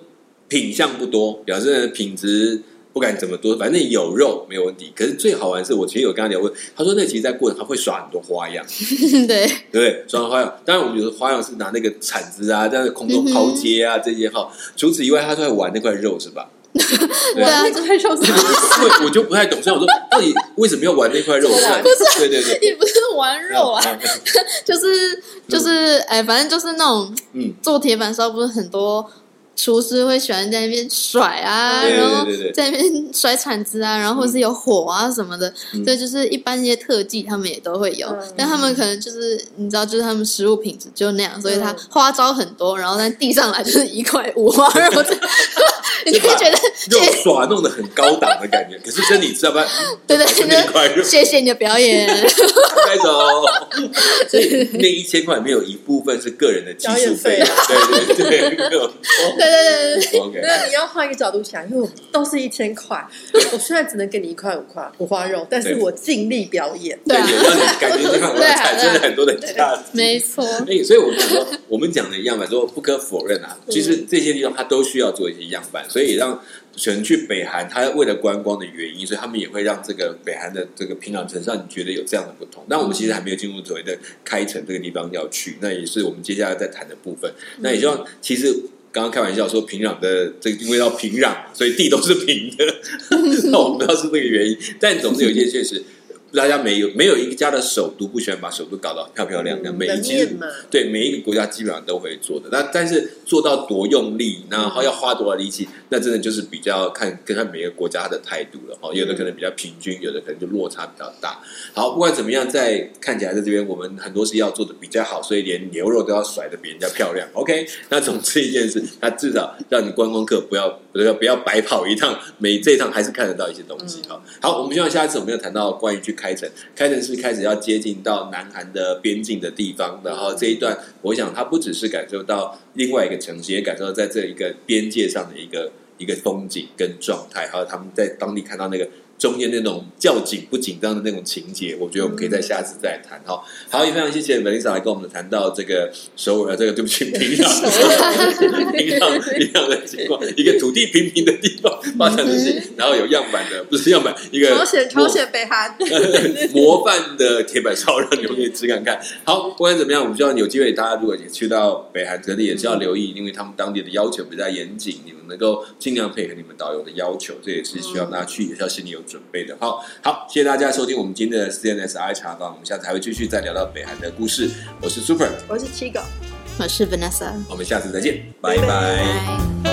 Speaker 1: 品相不多，表示呢品质。不敢怎么多，反正有肉没有问题。可是最好玩的是，我其实有跟他聊过，他说那其实，在过程他会耍很多花样， 对
Speaker 3: 对，
Speaker 1: 不对？耍花样，当然我们有的花样是拿那个铲子啊，这样空中抛接啊、这些哈。除此以外，他都会玩那块肉是吧？对
Speaker 3: 对啊，
Speaker 2: 那
Speaker 3: 就
Speaker 2: 块肉是
Speaker 1: 对，我就不太懂，所以我说到底为什么要玩那块肉？不是，对对对，
Speaker 3: 也不是玩肉
Speaker 1: 嗯
Speaker 3: 啊，就是就是哎，反正就是那种
Speaker 1: 嗯，
Speaker 3: 做铁板烧，不是很多厨师会喜欢在那边甩啊，
Speaker 1: 对对
Speaker 3: 然后
Speaker 1: 对对
Speaker 3: 在那边甩铲子啊，然后或是有火啊什么的，
Speaker 1: 嗯
Speaker 3: 对，就是一般一些特技他们也都会有，
Speaker 2: 嗯
Speaker 3: 但他们可能就是你知道，就是他们食物品质就那样，所以他
Speaker 2: 嗯
Speaker 3: 花招很多，然后但递上来就是一块五花肉， 你就会觉得
Speaker 1: 肉耍弄得很高档的感觉，可是跟你知道吧？
Speaker 3: 对对
Speaker 1: 是那块肉
Speaker 3: 对，谢谢你的 表演，
Speaker 1: 开走。所以那一千块里面有一部分是个人的技术费，对对对，没有
Speaker 3: 对对对对，
Speaker 1: 错。OK，
Speaker 2: 没有，你要换一个角度想，因为我都是一千块，我虽然只能给你一块五块五花肉，但是我尽力表演。
Speaker 3: 对啊
Speaker 1: 也让你感觉这块我产生了很多的价值。
Speaker 3: 没错，
Speaker 1: 哎、所以我们说，我们讲的样板，说不可否认啊，其实这些地方它都需要做一些样板，所以让选去北韩，它为了观光的原因，所以他们也会让这个北韩的这个平壤城市，让你觉得有这样的不同。那我们其实还没有进入所谓的开城这个地方要去，那也是我们接下来在谈的部分。那也希望，其实刚刚开玩笑说平壤的这个因为到平壤，所以地都是平的，那我不知道是不是这个原因，但总之有一件确实。大家没有没有一家的首都不喜欢把首都搞得漂漂亮亮，每一
Speaker 2: 门
Speaker 1: 其实
Speaker 2: 嗯面嘛，
Speaker 1: 对每一个国家基本上都会做的。那但是做到多用力，然后要花多少力气，那真的就是比较看跟看每个国家的态度了哦。有的可能比较平均，有的可能就落差比较大。好，不管怎么样，在看起来在这边我们很多事要做的比较好，所以连牛肉都要甩的比人家漂亮。OK，那总之一件事，它至少让你观光客不要不要不要白跑一趟，每这一趟还是看得到一些东西哈。好，我们希望下一次我们要谈到关于去开城，开城是开始要接近到南韩的边境的地方，然后这一段，我想它不只是感受到另外一个城市，也感受到在这一个边界上的一个一个风景跟状态，还有他们在当地看到那个。中间那种较紧不紧张的那种情节，我觉得我们可以在下次再谈哈。
Speaker 2: 嗯
Speaker 1: 好，也非常谢谢 Melissa 来跟我们谈到这个首尔，呃这个对不起，平 壤，平壤平壤的情况，一个土地平平的地方发展这些，然后有样板的，不是样板，一个
Speaker 2: 嗯朝鲜朝鲜北韩，
Speaker 1: 模范的铁板烧，让你们可以吃看看。好，不管怎么样，我们希望有机会，大家如果也去到北韩，可能也是要留意，因为他们当地的要求比较严谨，你们能够尽量配合你们导游的要求，这也是需要大家去也是要心里有准备的。好，好，谢谢大家收听我们今天的 CNSI 茶坊，我们下次还会继续再聊到北韩的故事。我是 Super，
Speaker 2: 我是七狗。
Speaker 3: 我是 Vanessa，
Speaker 1: 我们下次再见，拜
Speaker 2: 拜
Speaker 1: 拜
Speaker 3: 拜。
Speaker 2: 拜